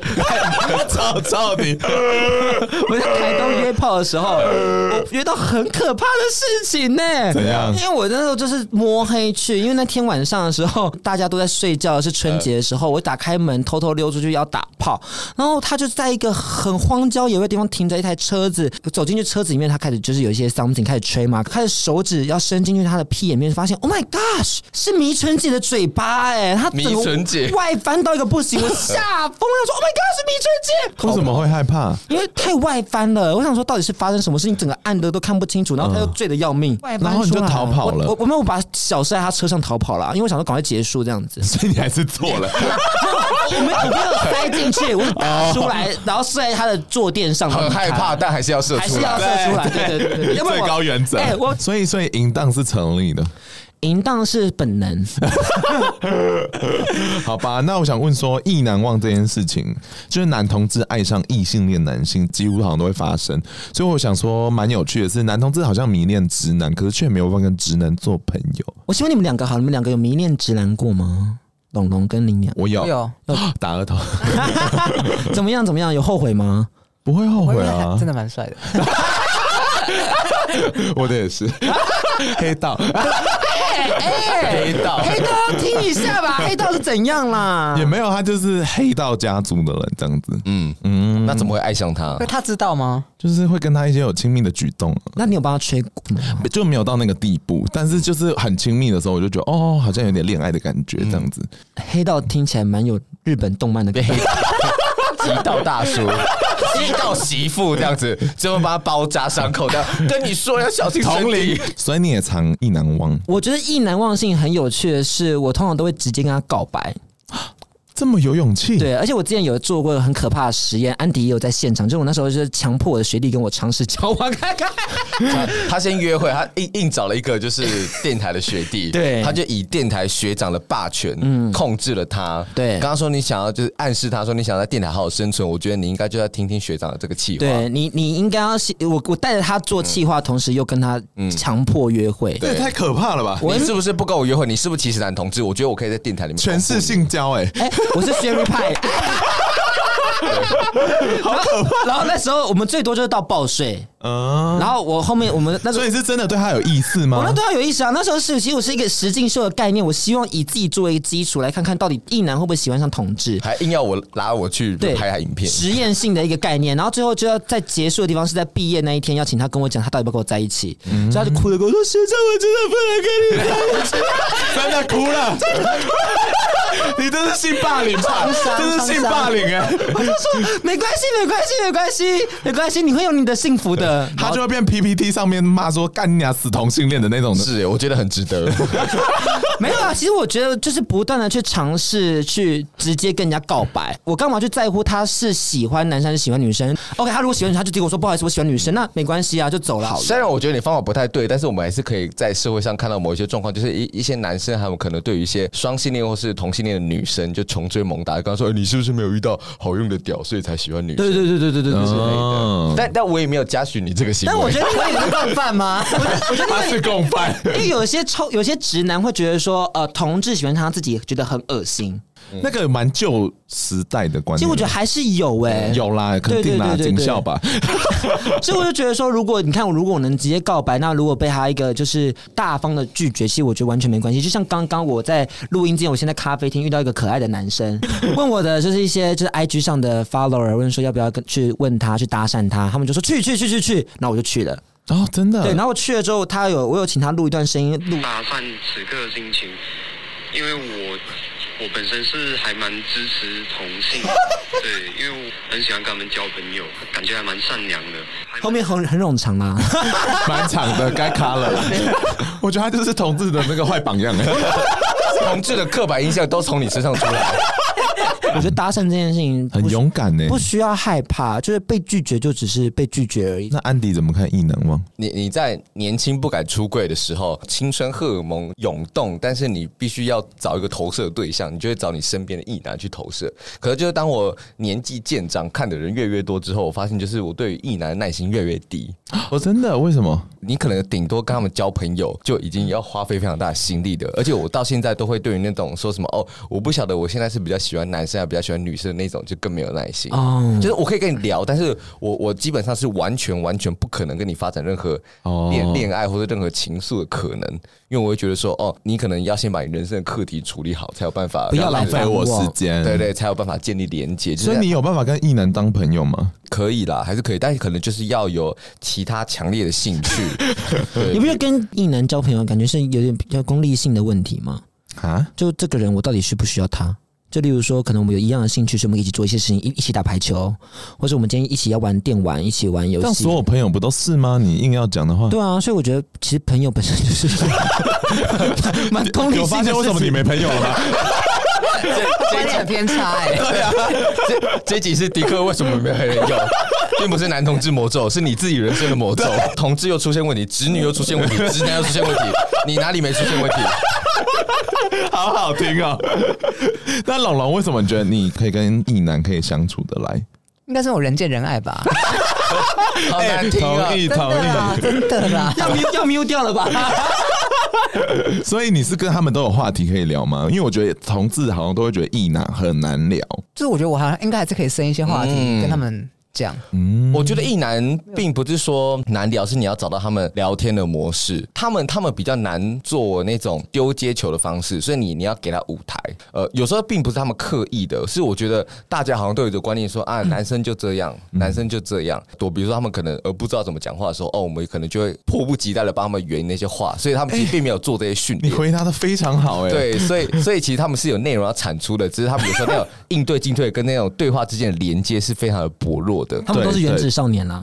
Speaker 2: 臭臭你，
Speaker 1: 我在台东约炮的时 候，我约到很可怕的事情呢、
Speaker 3: 呃怎样
Speaker 1: 因为我那时候就是摸黑去，因为那天晚上的时候大家都在睡觉，是春节的时候，我打开门偷偷溜出去要打炮，然后他就在一个很荒郊野外的地方停着一台车子，我走进去车子里面，他开始就是有一些 something 开始吹嘛，开始手指要伸进去他的屁眼里面，发现 Oh my gosh，是迷唇姐的嘴巴哎、他整
Speaker 2: 迷
Speaker 1: 个
Speaker 2: 唇姐
Speaker 1: 外翻到一个不行，我吓疯了，我说 Oh my god，是迷唇姐，
Speaker 3: 为什么会害怕？
Speaker 1: 因为太外翻了，我想说到底是发生什么事情，整个暗的都看不清楚，然后他又醉得要命，嗯外翻
Speaker 3: 然后你就
Speaker 1: 出来
Speaker 3: 逃跑了，
Speaker 1: 我我我没有把小帅他车上逃跑了，因为我想说赶快结束这 样子
Speaker 3: 所以你还是做了，
Speaker 1: 我没有我没有塞进去，我打出来，然后射在他的坐垫上，
Speaker 2: 很害怕，但还是要射
Speaker 1: 还
Speaker 2: 出
Speaker 1: 是要射
Speaker 2: 来。
Speaker 1: 出来，对对对对，要不然
Speaker 3: 最
Speaker 1: 我
Speaker 3: 高原则。
Speaker 1: 哎我
Speaker 3: 所以所以淫荡是成立的，
Speaker 1: 淫荡是本 能，
Speaker 3: 好吧？那我想问说，意难忘这件事情，就是男同志爱上异性恋男性，几乎好像都会发生。所以我想说，蛮有趣的是，男同志好像迷恋直男，可是却没有办法跟直男做朋友。
Speaker 1: 我希望你们两个好，你们两个有迷恋直男过 吗？龙龙跟林娘
Speaker 3: 我有啊
Speaker 4: 我有，
Speaker 3: 打额头，
Speaker 1: 怎么样？怎么样？有后悔吗？
Speaker 3: 不会后
Speaker 4: 我
Speaker 3: 悔
Speaker 4: 觉得
Speaker 3: 啊
Speaker 4: 他真，的蛮帅的。
Speaker 3: 我的也是黑道，
Speaker 2: 黑道，
Speaker 1: 黑道要听一下吧，黑道是怎样 啦？
Speaker 3: 也没有，他就是黑道家族的人，这样子，
Speaker 2: 嗯嗯，那怎么会爱上 他
Speaker 4: 那？他知道吗？
Speaker 3: 就是会跟他一些有亲密的举动啊，
Speaker 1: 那你有帮他吹过吗？
Speaker 3: 就没有到那个地步，但是就是很亲密的时候，我就觉得哦，好像有点恋爱的感觉，这样子。
Speaker 1: 黑道听起来蛮有日本动漫的感觉。
Speaker 2: 极道 大叔，极道媳妇这样子，最后帮他包扎伤口，这样跟你说要小
Speaker 3: 嗯
Speaker 2: 心身体。
Speaker 3: 所以你也常意难忘，
Speaker 1: 我觉得意难忘性很有趣的是，我通常都会直接跟他告白。
Speaker 3: 这么有勇气，，
Speaker 1: 对，而且我之前有做过很可怕的实验，安迪也有在现场，就我那时候就是强迫我的学弟跟我尝试交往看看。
Speaker 2: 他先约会，他硬硬找了一个就是电台的学弟，
Speaker 1: 对嗯
Speaker 2: 他就以电台学长的霸权控制了他。
Speaker 1: 对
Speaker 2: 刚刚说你想要就是暗示他说你想在电台好好生存，我觉得你应该就要听听学长的这个计划。
Speaker 1: 对你，你应该要是我我带着他做企划，同时又跟他强迫约会。
Speaker 2: 对
Speaker 3: 这也太可怕了吧！
Speaker 1: 我
Speaker 2: 你是不是不跟我约会？你是不是歧视男同志？我觉得我可以在电台里面
Speaker 3: 全是性交，哎，
Speaker 1: 哎、我是 Sherry 派。好可怕！然后那时候我们最多就是到报税，
Speaker 3: 嗯，
Speaker 1: 然后我后面我们那时
Speaker 3: 所
Speaker 1: 候
Speaker 3: 以是真的对他有意思吗？
Speaker 1: 我那对他有意思啊。那时候是其实我是一个实境秀的概念，我希望以自己作为confirmation 基础来看看到底异男会不会喜欢上同志。
Speaker 2: 还硬要我拉我去
Speaker 1: 对
Speaker 2: 拍他影片。
Speaker 1: 实验性的一个概念，然后最后就要在结束的地方是在毕业那一天，要请他跟我讲他到底要不要跟我在一起，所以他就哭着跟我说：“学长，我真的不能跟你在一起。
Speaker 3: 真的哭了，啊你这是性霸凌吧？这是性霸凌哎、
Speaker 1: 我就说：“没关系，没关系，没关系，没关系，你会有你的幸福 的。”
Speaker 3: 他就会变 PPT 上面骂说干你啊死同性恋的那种的，
Speaker 2: 是耶，我觉得很值 得。
Speaker 1: 没有啊，其实我觉得就是不断的去尝试去直接跟人家告白，我干嘛去在乎他是喜欢男生还是喜欢女生？OK，他如果喜欢女生，他就直接跟我说不好意思，我喜欢女生，那没关系啊，就走了好了。
Speaker 2: 虽然我觉得你方法不太对，但是我们还是可以在社会上看到某一些状况，就是一一些男生他们可能对于一些双性恋或是同性恋的女生就穷追猛打，跟他说、哎你是不是没有遇到好用的屌，所以才喜欢女生
Speaker 1: 对对对对对对对
Speaker 2: 之
Speaker 1: 对。
Speaker 2: 类的
Speaker 3: 嗯。
Speaker 2: 但但我也没有嘉许你这个行为，
Speaker 1: 但我觉得
Speaker 4: 可以是惯犯吗？
Speaker 3: 他是共犯。
Speaker 1: 因为有些臭，有些直男会觉得说，呃，同志喜欢他自己觉得很恶心。
Speaker 3: 那个蛮旧时代的观
Speaker 1: 嗯
Speaker 3: 念，
Speaker 1: 其实我觉得还是有哎、
Speaker 3: 嗯有啦，肯定啦，
Speaker 1: 对对对对对
Speaker 3: 警校吧，
Speaker 1: 所以我就觉得说，如果你看，如果我能直接告白，那如果被他一个就是大方的拒绝，其实我觉得完全没关系。就像刚刚我在录音之前，我先在咖啡厅遇到一个可爱的男生，问我的就是一些就是 IG 上的 follower，问说要不要跟去问他去搭讪他，他们就说去去去去去，那我就去了。
Speaker 3: 哦，真的，
Speaker 1: 对，然后我去了之后，他有我有请他录一段声音，录
Speaker 7: 麻烦此刻的心情，因为我我本身是还蛮支持同性，对，因为我很喜欢跟他们交朋友，感觉还蛮善良的。还蛮
Speaker 1: 后面很很冗长啊啦、
Speaker 3: 蛮长的，该卡了。 我觉得他就是同志的那个坏榜样。欸
Speaker 2: 同志的刻板印象都从你身上出来。
Speaker 1: 我觉得搭讪这件事情
Speaker 3: 很
Speaker 1: 不需
Speaker 3: 勇敢欸呢、
Speaker 1: 不需要害怕，就是被拒绝就只是被拒绝而已。
Speaker 3: 那安迪怎么看异能吗？
Speaker 2: 你你在年轻不敢出柜的时候，青春荷尔蒙涌动，但是你必须要找一个投射对象，你就会找你身边的异男去投射。可是就是当我年纪渐长，看的人越来越多之后，我发现就是我对于异男的耐心越来越低。
Speaker 3: 我、哦真的为什么？
Speaker 2: 你可能顶多跟他们交朋友，就已经要花费非常大的心力的。而且我到现在都会对于那种说什么哦，我不晓得我现在是比较喜欢男生，还比较喜欢女生的那种，就更没有耐心。
Speaker 3: 嗯
Speaker 1: 哦
Speaker 2: 就是我可以跟你聊，但是我我基本上是完全完全不可能跟你发展任何
Speaker 3: 哦
Speaker 2: 恋恋爱或者任何情愫的可能，因为我会觉得说，哦，你可能要先把你人生的课题处理好，才有办法
Speaker 1: 不要
Speaker 2: 让
Speaker 1: 浪
Speaker 3: 浪
Speaker 2: 人
Speaker 3: 费
Speaker 1: 费我
Speaker 3: 我时间。
Speaker 2: 对，对，才有办法建立连接。就是
Speaker 3: 所以你有办法跟异男当朋友吗？
Speaker 2: 可以啦，还是可以，但是可能就是要有其他强烈的兴 趣。
Speaker 1: 你不觉得跟异男交朋友，感觉是有点比较功利性的问题吗？
Speaker 3: 啊，
Speaker 1: 就这个人，我到底需不需要他？就例如说，可能我们有一样的兴趣，所以我们一起做一些事情，一一起打排球，或者我们今天一起要玩电玩，一起玩游
Speaker 3: 但
Speaker 1: 戏
Speaker 3: 所。有朋友不都是吗？你硬要讲的话，
Speaker 1: 对啊，所以我觉得其实朋友本身就是 蛮功利
Speaker 3: 有
Speaker 1: 性
Speaker 3: 发
Speaker 1: 的
Speaker 3: 现为什么
Speaker 1: 事
Speaker 3: 你
Speaker 1: 情。
Speaker 3: 没朋友啊了吗？
Speaker 4: 观点偏差哎、
Speaker 2: 这 这集是迪克为什么没有黑人用，并不是男同志魔咒，是你自己人生的魔咒。同志又出现问题，直女又出现问题，直男又出现问题，你哪里没出现问题？
Speaker 3: 好好听哦。 那龙龙，为什么你觉得你可以跟异男可以相处的来？
Speaker 4: 应该是我人见人 爱吧？
Speaker 2: 好
Speaker 3: 哎
Speaker 2: 难听啊！
Speaker 3: 同意
Speaker 4: 真
Speaker 3: 同
Speaker 4: 的啦，真 的啦。
Speaker 1: 要 mute 要 mute 掉了吧？
Speaker 3: 意。所以你是跟他们都有话题可以聊吗？因为我觉得同志好像都会觉得异男很难聊。
Speaker 4: 就是我觉得我好像应该还是可以生一些话
Speaker 2: 嗯
Speaker 4: 题跟他们讲。
Speaker 3: 嗯
Speaker 2: 我觉得一男并不是说难聊，是你要找到他们聊天的模式。他们他们比较难做那种丢接球的方式，所以你你要给他舞台。呃，有时候并不是他们刻意的，是我觉得大家好像都有一个观念说啊，
Speaker 3: 嗯
Speaker 2: 男生就这样，男生就这样。多比如说他们可能呃不知道怎么讲话的时候，哦，我们可能就会迫不及待的帮他们圆那些话，所以他们其实并没有做这些训
Speaker 3: 哎你
Speaker 2: 练。
Speaker 3: 回答的非常好哎、，
Speaker 2: 对，所以所以其实他们是有内容要产出的，只是他们有时候那种应对进退跟那种对话之间的连接是非常的薄弱的。
Speaker 1: 他们都是
Speaker 3: 对
Speaker 1: 原子少年啦，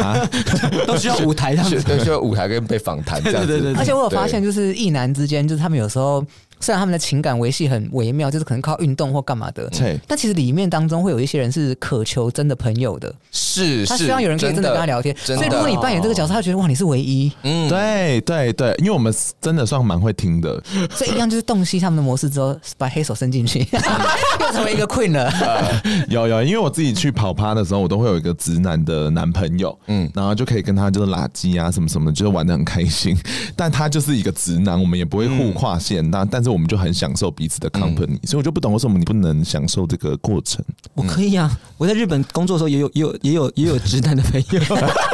Speaker 1: 都需要舞台这样
Speaker 2: 需
Speaker 1: 子。
Speaker 2: 对需要舞台跟被访谈这样子。
Speaker 1: 对对对对
Speaker 4: 而且我有发现，就是异男之间，就是他们有时候虽然他们的情感维系很微妙，就是可能靠运动或干嘛的，
Speaker 3: 对
Speaker 4: 但其实里面当中会有一些人是渴求真的朋友的，
Speaker 2: 是，
Speaker 4: 他
Speaker 2: 是
Speaker 4: 希望有人可以真的跟他聊天。所
Speaker 2: 真的
Speaker 4: 以如果你扮演这个角色，他就觉得哇你是唯一，
Speaker 2: 嗯，
Speaker 3: 对对对，因为我们真的算蛮会听 的，
Speaker 4: 所以一样就是洞悉他们的模式之后，把黑手伸 进去，又成为一个 queen 了。
Speaker 3: 有有，因为我自己去跑趴的时候，我都会有一个直男的男朋友，嗯
Speaker 2: 嗯，
Speaker 3: 然后就可以跟他就是拉鸡啊什么什么的，就是玩的很开心。但他就是一个直男，我们也不会互跨线，那、但是我们就很享受彼此的 company，、所以我就不懂为什么你不能享受这个过程。
Speaker 1: 我可以啊，我在日本工作的时候也有也有也有也有直男的朋友，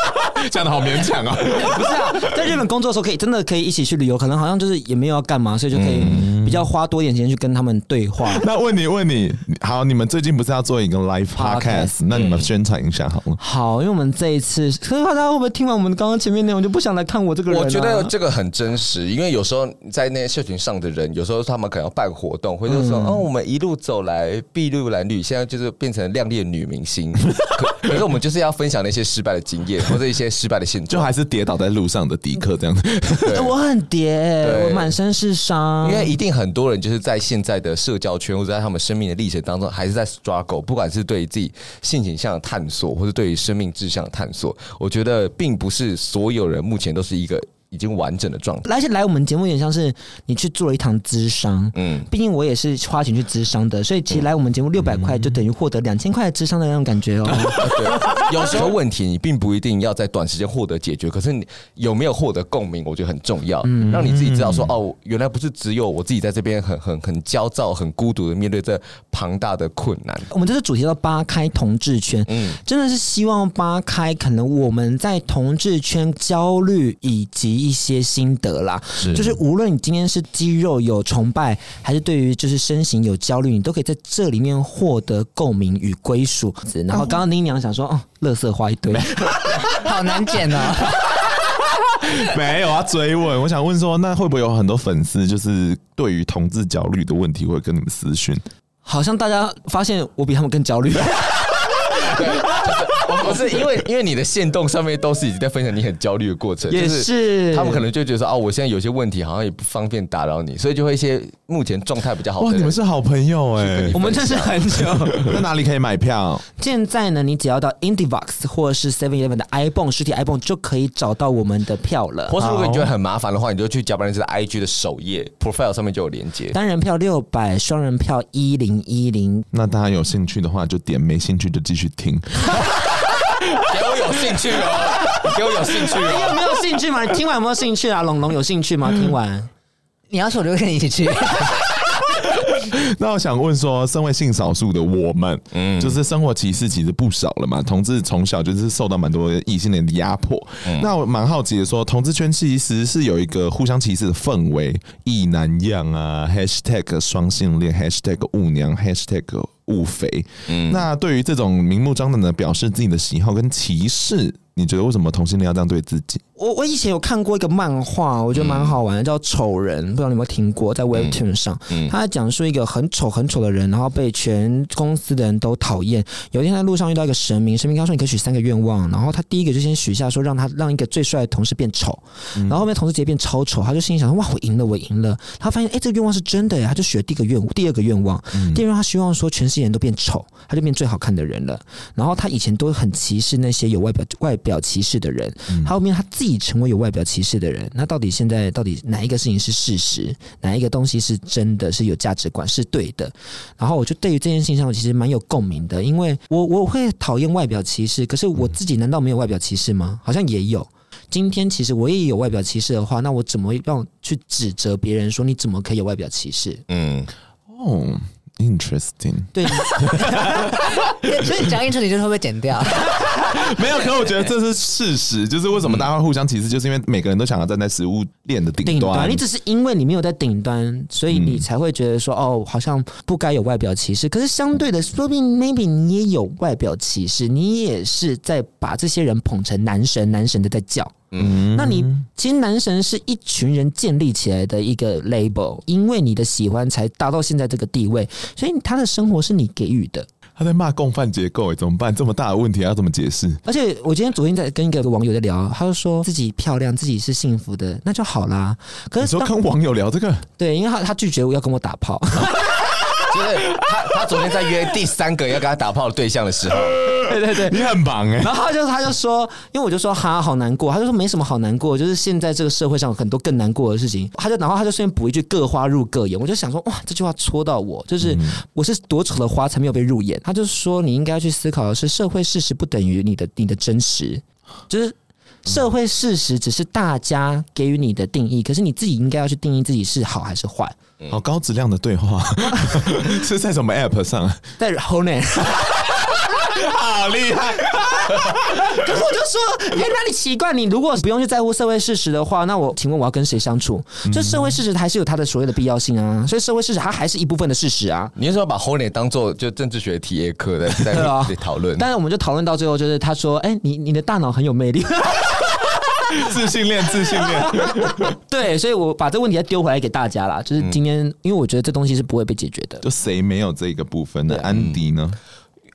Speaker 3: 讲的好勉强啊，
Speaker 1: 不是啊，在日本工作的时候可以真的可以一起去旅游，可能好像就是也没有要干嘛，所以就可以
Speaker 2: 嗯
Speaker 1: 比较花多一点时间去跟他们对话。
Speaker 3: 那问你问你，好，你们最近不是要做一个 live
Speaker 1: Podcast，
Speaker 3: podcast？那你们宣传一下好了。
Speaker 1: 好，因为我们这一次，可是大家会不会听完我们刚刚前面内容就不想来看我这个人、啊？
Speaker 2: 我觉得这个很真实，因为有时候在那些社群上的人，有时候他们可能要办活动，或者说，哦，我们一路走来筚路蓝缕，现在就是变成亮丽的女明星。可 可是我们就是要分享那些失败的经验，或者一些失败的现
Speaker 3: 就
Speaker 2: 状。
Speaker 3: 还是跌倒在路上的迪克这样子，
Speaker 2: 对
Speaker 1: 哎我很叠、
Speaker 2: 对
Speaker 1: 我满身是伤，
Speaker 2: 因为一定很多人就是在现在的社交圈或者在他们生命的历程当中，还是在 struggle，不管是对于自己性倾向的探索，或者对于生命志向的探索，我觉得并不是所有人目前都是一个已经完整的状 态。
Speaker 1: 而且来我们节目有点像是你去做了一堂咨商。
Speaker 2: 嗯，
Speaker 1: 毕竟我也是花钱去咨商的，所以其实来我们节目六百块就
Speaker 2: 嗯
Speaker 1: 等于获得两千块的咨商的那种感 觉哦。
Speaker 2: 对，有时候问题你并不一定要在短时间获得解决，可是你有没有获得共鸣，我觉得很重要，让你自己知道说，哦，原来不是只有我自己在这边很很很焦躁、很孤独的面对这庞大的困难。
Speaker 1: 我们这次主题叫扒开同志圈，
Speaker 2: 嗯，
Speaker 1: 真的是希望扒开可能我们在同志圈焦虑以及一些心得啦。就是无论你今天是肌肉有崇拜，还是对于就是身形有焦虑，你都可以在这里面获得共鸣与归属。然后刚刚妮娘想说，哦，乐色花一堆，
Speaker 4: 好难剪哦。
Speaker 3: 没有要追问。我想问说，那会不会有很多粉丝就是对于同志焦虑的问题会跟你们私讯？
Speaker 1: 好像大家发现我比他们更焦虑。
Speaker 2: 对，就是 我不是因为因为你的线动上面都是已经在分享你很焦虑的过程，
Speaker 1: 也
Speaker 2: 就是他们可能就觉得说啊，我现在有些问题好像也不方便打扰你，所以就会一些目前状态比较好的
Speaker 3: 哇，哦你们
Speaker 2: 人。
Speaker 3: 是好朋友哎、
Speaker 2: 跟你
Speaker 1: 我们认识很久。
Speaker 3: 啊 那哪里可以买票？
Speaker 1: 现在呢，你只要到 Indivox 或是 Seven Eleven 的 iPhone 实体 iPhone 就可以找到我们的票了。
Speaker 2: 或是如果你觉得很麻烦的话，你就去加班人士的 IG 的首页 profile 上面就有连接。
Speaker 1: 单人票六百，双人票一零一零。
Speaker 3: 那大家有兴趣的话就点，没兴趣就继续听。
Speaker 2: 给我有兴趣哦， 你给我有兴趣
Speaker 1: 你有
Speaker 2: 哦。
Speaker 1: 没有兴趣吗？你听完有没有兴趣啊？龙龙有兴趣吗？听完。
Speaker 4: 你要去我就跟你一起 去，
Speaker 3: 那我想问说，身为性少数的我们，嗯，就是生活歧视其实不少了嘛。同志从小就是受到蛮多异性恋的压迫。那我蛮好奇的说，同志圈其实是有一个互相歧视的氛围，异男样啊，#hashtag 双性恋，#hashtag 舞娘，#hashtag 物肥。嗯，那对于这种明目张胆的表示自己的喜好跟歧视，你觉得为什么同性恋要这样对自己？
Speaker 1: 我我以前有看过一个漫画，我觉得蛮好玩的，叫《丑人》，不知道你有没有听过，在 Webtoon 上，他讲述一个很丑很丑的人，然后被全公司的人都讨厌。有一天在路上遇到一个神明，神明跟他说你可以许三个愿望，然后他第一个就先许下说让他让一个最帅的同事变丑，然后后面同事直接变超丑，他就心里想说哇我赢了我赢了，他发现哎、诶这个愿望是真的耶，他就许了第一个愿第二个愿望，第二个愿望他希望说全世界人都变丑，他就变最好看的人了。然后他以前都很歧视那些有外表外表歧视的人，他后面他自己成为有外表歧视的人，那到底现在到底哪一个事情是事实，哪一个东西是真的是有价值观是对的？然后我就对于这件事情上，我其实蛮有共鸣的，因为我我会讨厌外表歧视，可是我自己难道没有外表歧视吗？好像也有。今天其实我也有外表歧视的话，那我怎么让去指责别人说你怎么可以有外表歧视？
Speaker 2: 嗯，
Speaker 3: 哦，interesting。
Speaker 1: 对，
Speaker 4: 所以讲一出你就是会被剪掉。
Speaker 3: 没有，可我觉得这是事实，就是为
Speaker 1: 嗯
Speaker 3: 什么大家会互相歧视，就是因为每个人都想要站在食物链的顶
Speaker 1: 顶
Speaker 3: 端。嗯
Speaker 1: 端，啊你只是因为你没有在顶端，所以你才会觉得说、哦，好像不该有外表歧视。可是相对
Speaker 3: 嗯
Speaker 1: 的，说不定 maybe 你也有外表歧视，你也是在把这些人捧成男神，男神的在叫。嗯，那你其实男神是一群人建立起来的一个 label，因为你的喜欢才达到现在这个地位，所以他的生活是你给予的。
Speaker 3: 他在骂共犯结构，哎，怎么办？这么大的问题要怎么解释？
Speaker 1: 而且我今天昨天在跟一个网友在聊，他就说自己漂亮，自己是幸福的，那就好啦。可
Speaker 3: 你
Speaker 1: 是
Speaker 3: 说
Speaker 1: 当
Speaker 3: 跟网友聊这个，
Speaker 1: 对，因为他他拒绝我要跟我打炮，
Speaker 2: 就是他他昨天在约第三个要跟他打炮的对象的时候，
Speaker 1: 对对对。
Speaker 3: 你很忙哎、
Speaker 1: 然后他就他就说，因为我就说哈好难过，他就说没什么好难过，就是现在这个社会上有很多更难过的事情。他就然后他就顺便补一句各花入各眼，我就想说哇这句话戳到我，就是我是多丑的花才没有被入眼。他就说你应该去思考的是社会事实不等于你的你的真实，就是。社会事实只是大家给予你的定义，可是你自己应该要去定义自己是好还是坏。
Speaker 3: 好高质量的对话， 是在什么 app 上？
Speaker 1: 在 h o n e
Speaker 3: 好厉害！
Speaker 1: 可是我就说，哎、那你奇怪，你如果不用去在乎社会事实的话，那我请问我要跟谁相处？
Speaker 3: 嗯
Speaker 1: 就社会事实还是有它的所谓的必要性啊，所以社会事实它还是一部分的事实啊。
Speaker 2: 你是说把 h o l y 当做就政治学体验课在
Speaker 1: 对啊
Speaker 2: 在在讨论？
Speaker 1: 但是我们就讨论到最后，就是他说，哎、你你的大脑很有魅力，
Speaker 3: 自信恋，自信恋，
Speaker 1: 对，所以我把这个问题再丢回来给大家啦，
Speaker 3: 嗯
Speaker 1: 就是今天，因为我觉得这东西是不会被解决的。
Speaker 3: 就谁没有这个部分呢？安迪呢？
Speaker 1: 嗯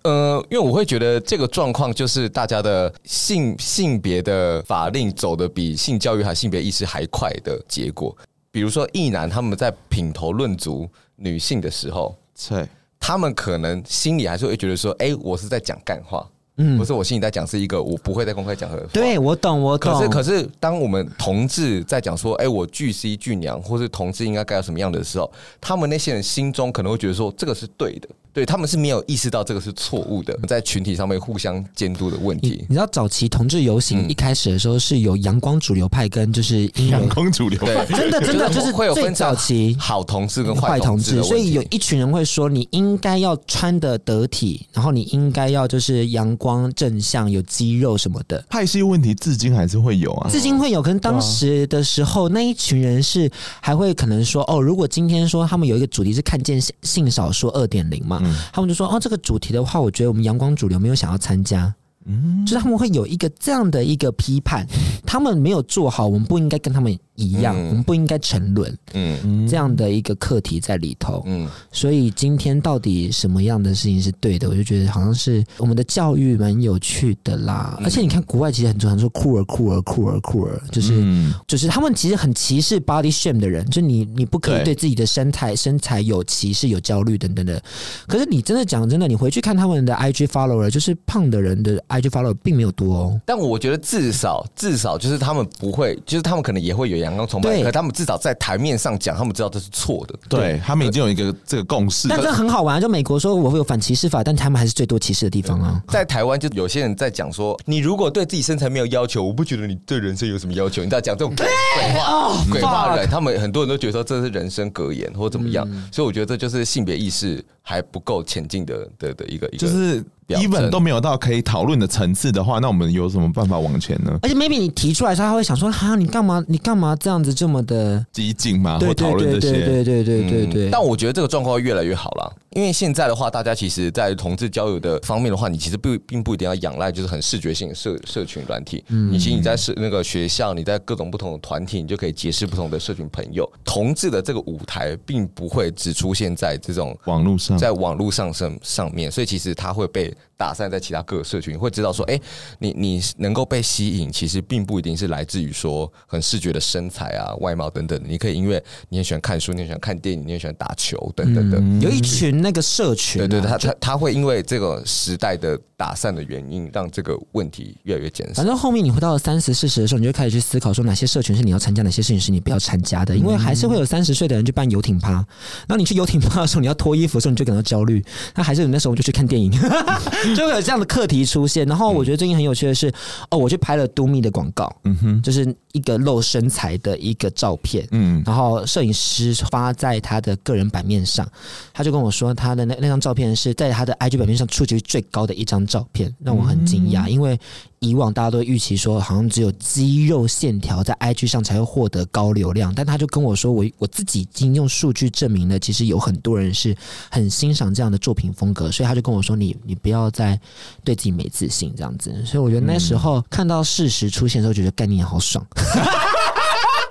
Speaker 2: 呃，因为我会觉得这个状况就是大家的性性别的法令走的比性教育还性别意识还快的结果。比如说，异男他们在品头论足女性的时候，
Speaker 3: 对，
Speaker 2: 他们可能心里还是会觉得说：“哎、我是在讲干话，
Speaker 1: 嗯
Speaker 2: 不是我心里在讲是一个我不会在公开讲的话。”
Speaker 1: 对，我懂，我懂。
Speaker 2: 可是，可是，当我们同志在讲说，哎、我巨 C 巨娘，或是同志应该该有什么样的时候，他们那些人心中可能会觉得说，这个是对的，对他们是没有意识到这个是错误的，在群体上面互相监督的问
Speaker 1: 你
Speaker 2: 题。
Speaker 1: 你知道早期同志游行
Speaker 2: 嗯
Speaker 1: 一开始的时候是有阳光主流派跟就是阴 柔
Speaker 3: 阳光主流，
Speaker 2: 对，
Speaker 1: 真的 真的就是
Speaker 2: 会有
Speaker 1: 最
Speaker 2: 分
Speaker 1: 早
Speaker 2: 成
Speaker 1: 期
Speaker 2: 好同志跟
Speaker 1: 坏
Speaker 2: 坏
Speaker 1: 同
Speaker 2: 志
Speaker 1: 志，
Speaker 2: 的
Speaker 1: 所
Speaker 2: 问
Speaker 1: 以有
Speaker 2: 题。
Speaker 1: 一群人会说，你应该要穿的得体，然后你应该要就是阳光正向，有肌肉什么的。
Speaker 3: 派系问题至今还是会有啊。
Speaker 1: 至今会有，可能当时的时候，那一群人是还会可能说，哦，如果今天说他们有一个主题是看见性性少数二点零
Speaker 2: 嗯
Speaker 1: 嘛，他们就说，哦，这个主题的话，我觉得我们阳光主流没有想要参加。嗯，就是他们会有一个这样的一个批 判，他们没有做好，我们不应该跟他们一样，
Speaker 2: 嗯
Speaker 1: 我们不应该沉沦
Speaker 2: 嗯
Speaker 1: 这样的一个课题在里头。
Speaker 2: 嗯，
Speaker 1: 所以今天到底什么样的事情是对的？我就觉得好像是我们的教育蛮有趣的啦。而且你看，国外其实很常说酷儿酷儿酷儿酷儿，就是、
Speaker 3: 嗯，
Speaker 1: 就是他们其实很歧视 body shame 的人，就你你不可以
Speaker 3: 对
Speaker 1: 对自己的身材身材有歧视、有焦虑等等的。可是你真的讲真的，你回去看他们的 IG follower，就是胖的人的 IG follower 并没有多哦。
Speaker 2: 但我觉得至少至少就是他们不会，就是他们可能也会有阳光崇拜，
Speaker 1: 对
Speaker 2: 可他们至少在台面上讲，他们知道这是错的。
Speaker 3: 对他们已经有一个这个共识，
Speaker 1: 但这很好玩啊！就美国说我会有反歧视法，但他们还是最多歧视的地方啊。
Speaker 2: 在台湾，就有些人在讲说，你如果对自己身材没有要求，我不觉得你对人生有什么要求。你在讲这种鬼话、
Speaker 3: 哦
Speaker 2: 鬼话人，他们很多人都觉得说这是人生格言或怎么样，
Speaker 3: 嗯
Speaker 2: 所以我觉得这就是性别意识还不够前进的的的一个一个。
Speaker 3: 就是
Speaker 2: 表征
Speaker 3: even 都没有到可以讨论的层次的话，那我们有什么办法往前呢？
Speaker 1: 而且 maybe 你提出来的时候，他会想说：“哈，你干嘛？你干嘛这样子这么的
Speaker 3: 激进嘛，
Speaker 1: 对
Speaker 3: 或讨论这些，
Speaker 1: 对对对对对对对。
Speaker 2: 嗯但我觉得这个状况会越来越好啦，因为现在的话，大家其实，在同志交友的方面的话，你其实不并不一定要仰赖就是很视觉性的社社群软体，
Speaker 1: 嗯
Speaker 2: 你其实你在社那个学校，你在各种不同的团体，你就可以结识不同的社群朋友。同志的这个舞台，并不会只出现在这种
Speaker 3: 网络上
Speaker 2: 在网络上上上面，所以其实它会被打散在其他各个社群，会知道说，哎、你你能够被吸引，其实并不一定是来自于说很视觉的身材啊、外貌等等的。你可以因为你很喜欢看书，你很喜欢看电影，你很喜欢打球等等的。
Speaker 1: 有一群那个社群、
Speaker 2: 嗯
Speaker 1: 啊
Speaker 2: 对对，对
Speaker 1: 对，
Speaker 2: 他他他会因为这个时代的打散的原因，让这个问题越来越减少
Speaker 1: 反。正后面你回到了三十、四十的时候，你就开始去思考说哪些社群是你要参加，哪些事情是你不要参加的，因为还是会有三十岁的人去办游艇趴，然后你去游艇趴的时候，你要脱衣服的时候，你就感到焦虑。那还是你那时候就去看电影， 就会有这样的课题出现。然后我觉得最近很有趣的是，哦，我去拍了 Do Me 的广告，嗯哼，就是一个露身材的一个照片，
Speaker 3: 嗯，
Speaker 1: 然后摄影师发在他的个人版面上，他就跟我说，他的那那张照片是在他的 IG 版面上触及率最高的一张照片，让我很惊讶，因为以往大家都预期说，好像只有肌肉线条在 IG 上才会获得高流量，但他就跟我说，我我自己已经用数据证明了，其实有很多人是很欣赏这样的作品风格，所以他就跟我说，你你不要再对自己没自信这样子，所以我觉得那时候看到事实出现的时候，觉得概念好爽。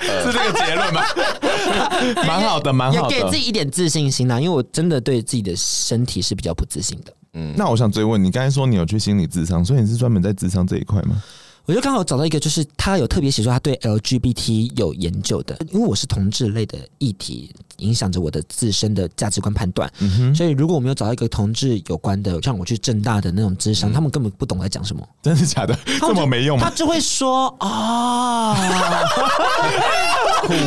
Speaker 3: 是这个结论吗？ 蛮好的，蛮
Speaker 1: 也
Speaker 3: 好
Speaker 1: 给
Speaker 3: 的
Speaker 1: 啊自。己一点自信心啦，因为我真的对自己的身体是比较不自信的。
Speaker 3: 那我想追问，你刚才说你有去心理智商，所以你是专门在智商这一块吗？
Speaker 1: 我就刚好找到一个，就是他有特别写说他对 LGBT 有研究的，因为我是同志类的议题，影响着我的自身的价值观判断。
Speaker 3: 嗯
Speaker 1: 所以如果我没有找到一个同志有关的，让我去正大的那种智
Speaker 3: 嗯
Speaker 1: 商，他们根本不懂在讲什么，
Speaker 3: 真的假的？
Speaker 1: 他
Speaker 3: 这
Speaker 1: 们就
Speaker 3: 么没用
Speaker 1: 他
Speaker 3: 吗？
Speaker 1: 就会说啊，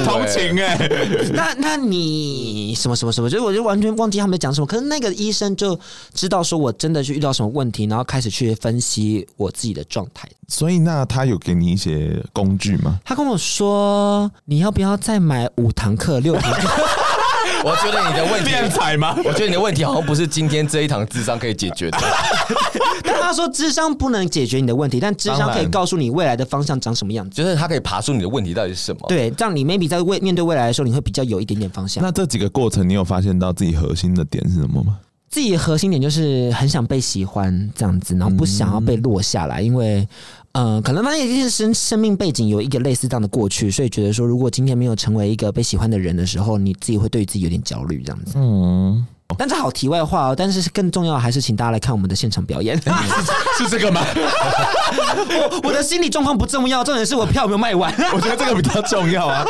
Speaker 3: 同情哎、
Speaker 1: 那那你什么什么什么，就是我就完全忘记他们在讲什么。可是那个医生就知道说我真的是遇到什么问题，然后开始去分析我自己的状态。
Speaker 3: 所以那他有给你一些工具吗？
Speaker 1: 他跟我说，你要不要再买五堂课、六堂 课？
Speaker 2: 我觉得你的问题，
Speaker 3: 彩吗？
Speaker 2: 我觉得你的问题好像不是今天这一堂智商可以解决的。
Speaker 1: 但他说智商不能解决你的问题，但智商
Speaker 3: 当
Speaker 1: 可以
Speaker 3: 然
Speaker 1: 告诉你未来的方向长什么样子。
Speaker 2: 就是他可以爬出你的问题到底是什
Speaker 3: 哦
Speaker 2: 么。
Speaker 1: 对，这样你 maybe 在未面对未来的时候，你会比较有一点点方向。
Speaker 3: 那这几个过程，你有发现到自己核心的点是什么吗？
Speaker 1: 自己的核心点就是很想被喜欢这样子，然后不想要被落下来，因为。嗯，可能发现一些生生命背景有一个类似这样的过去，所以觉得说，如果今天没有成为一个被喜欢的人的时候，你自己会对自己有点焦虑这样子。
Speaker 3: 嗯，
Speaker 1: 但这好题外话哦，但是更重要的还是请大家来看我们的现场表演。
Speaker 3: 是这个吗？
Speaker 1: 我的心理状况不重要，重点是我票有没有卖完。
Speaker 3: 我觉得这个比较重要啊。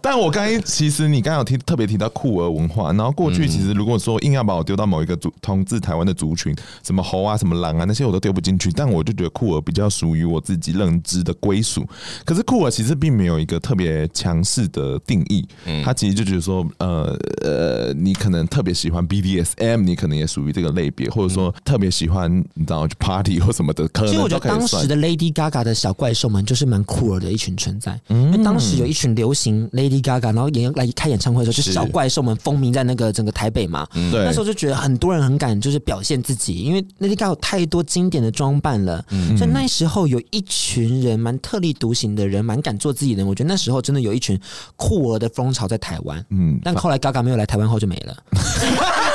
Speaker 3: 但我刚才其实你刚刚有提特别提到酷儿文化，然后过去其实如果说硬要把我丢到某一个族统治台湾的族群，什么猴啊、什么狼啊那些我都丢不进去，但我就觉得酷儿比较属于我自己认知的归属。可是酷儿其实并没有一个特别强势的定义，他其实就觉得说，呃呃，你可能特别喜欢 BDSM，你可能也属于这个类别，或者说特别喜欢你知道去 party 或什么的，可
Speaker 1: 其实
Speaker 3: 能
Speaker 1: 我
Speaker 3: 呃都
Speaker 1: 觉
Speaker 3: 可
Speaker 1: 得
Speaker 3: 以
Speaker 1: 当
Speaker 3: 算
Speaker 1: 时。的 Lady Gaga 的小怪兽们就是蛮酷儿的一群存在，
Speaker 3: 嗯
Speaker 1: 因为当时有一群流行 Lady Gaga，然后演来开演唱会的时候，就是
Speaker 3: 是
Speaker 1: 小怪兽们风靡在那个整个台北嘛。
Speaker 3: 嗯对
Speaker 1: 那时候就觉得很多人很敢就是表现自己，因为 Lady Gaga 有太多经典的装扮了，
Speaker 3: 嗯
Speaker 1: 所以那时候有一群人蛮特立独行的人，蛮敢做自己的人。我觉得那时候真的有一群酷儿的风潮在台湾，嗯，但后来 Gaga 没有来台湾后就没了。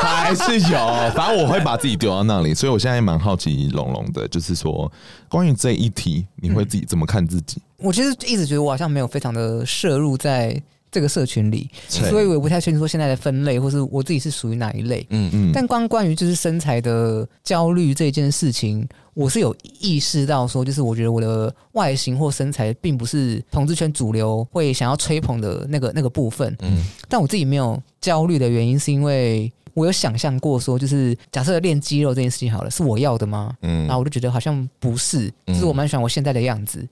Speaker 3: 还是有，反正我会把自己丢到那里，所以我现在蛮好奇龙龙的，就是说关于这一题，你会自己怎么看自己？
Speaker 4: 我其实一直觉得我好像没有非常的摄入在这个社群里，
Speaker 3: 是
Speaker 4: 所以我也不太确定说现在的分类，或是我自己是属于哪一类。嗯嗯。但光关于就是身材的焦虑这件事情，我是有意识到说，就是我觉得我的外形或身材并不是同志圈主流会想要吹捧的那个那个部分。嗯。但我自己没有焦虑的原因，是因为我有想象过说，就是假设练肌肉这件事情好了，是我要的吗？
Speaker 2: 嗯
Speaker 4: 然后我就觉得好像不是，就是我蛮喜欢我现在的样子。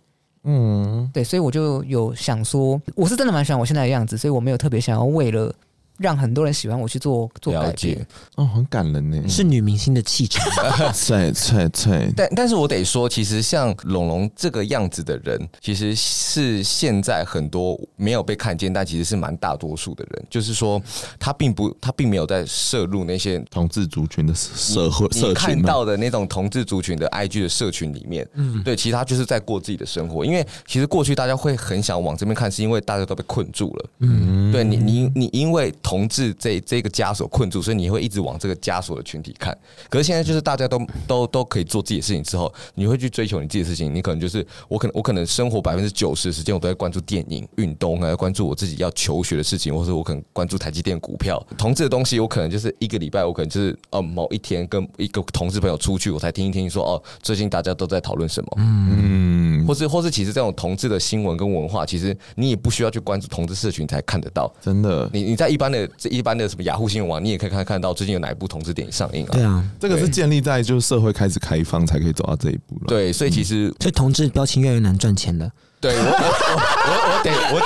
Speaker 3: 嗯，
Speaker 4: 对，所以我就有想说，我是真的蛮喜欢我现在的样子，所以我没有特别想要为了让很多人喜欢我去做做
Speaker 2: 了
Speaker 4: 改
Speaker 2: 解
Speaker 4: 变。
Speaker 3: 哦，很感人呢，
Speaker 1: 是女明星的气场，
Speaker 3: 脆脆脆，
Speaker 2: 但但是我得说，其实像龙龙这个样子的人，其实是现在很多没有被看见，但其实是蛮大多数的人。就是说，他并不，他并没有在摄入那些
Speaker 3: 同志族群的社会
Speaker 2: 你
Speaker 3: 社群
Speaker 2: 看
Speaker 3: 吗
Speaker 2: 到的那种同志族群的 IG 的社群里面，嗯，对，其实他就是在过自己的生活。因为其实过去大家会很想往这边看，是因为大家都被困住了，嗯，对你，你，你因为同志这这个枷锁困住，所以你会一直往这个枷锁的群体看。可是现在就是大家都都都可以做自己的事情之后，你会去追求你自己的事情。你可能就是我可能我可能生活百分之九十时间我都在关注电影、运动，还在关注我自己要求学的事情，或者我可能关注台积电股票。同志的东西，我可能就是一个礼拜，我可能就是呃某一天跟一个同志朋友出去，我才听一听说哦，最近大家都在讨论什么。
Speaker 3: 嗯，
Speaker 2: 或是或是，其实这种同志的新闻跟文化，其实你也不需要去关注同志社群才看得到。
Speaker 3: 真的，
Speaker 2: 你你在一般的这一般的什么雅虎新闻网，你也可以看看到最近有哪一部同志电影上映啊
Speaker 1: 对？啊。
Speaker 3: 这个是建立在就是社会开始开放才可以走到这一步了。，
Speaker 2: 对，所以其实
Speaker 1: 所以同志标签越来越难赚钱了。
Speaker 2: 对我我我我我得我得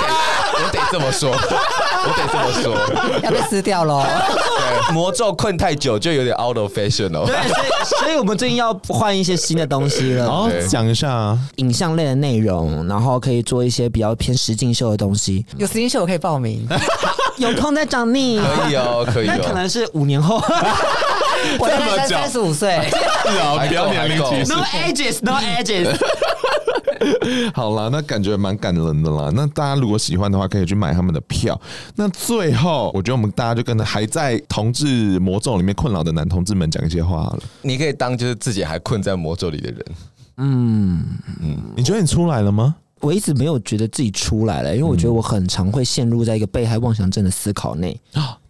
Speaker 2: 我得这么说， 我得这么说。
Speaker 4: 要被撕掉 喽！
Speaker 2: 对，魔咒困太久就有点 out of fashion 哦。
Speaker 1: 对，所以所以我们最近要换一些新的东西
Speaker 3: 然
Speaker 1: 了，
Speaker 3: 后讲一下啊，
Speaker 1: 影像类的内容，然后可以做一些比较偏实境秀的东西。
Speaker 4: 有实境秀我可以报 名，
Speaker 1: 有空再找你，
Speaker 2: 可以哦，可以
Speaker 1: 那可
Speaker 2: 哦。
Speaker 1: 能是五年后
Speaker 4: 我大概
Speaker 3: 久
Speaker 4: 三十 五岁，
Speaker 3: 是啊
Speaker 2: 还够还够
Speaker 1: ，no edges，no edges。
Speaker 3: 好啦，那感觉蛮感人的啦。那大家如果喜欢的话，可以去买他们的票。那最后，我觉得我们大家就跟还在同志魔咒里面困扰的男同志们讲一些话好了。
Speaker 2: 你可以当就是自己还困在魔咒里的人。
Speaker 3: 你觉得你出来了吗？
Speaker 1: 我一直嗯没有觉得自己出来了，因为我觉得我很常会陷入在一个被害妄想症的思考内。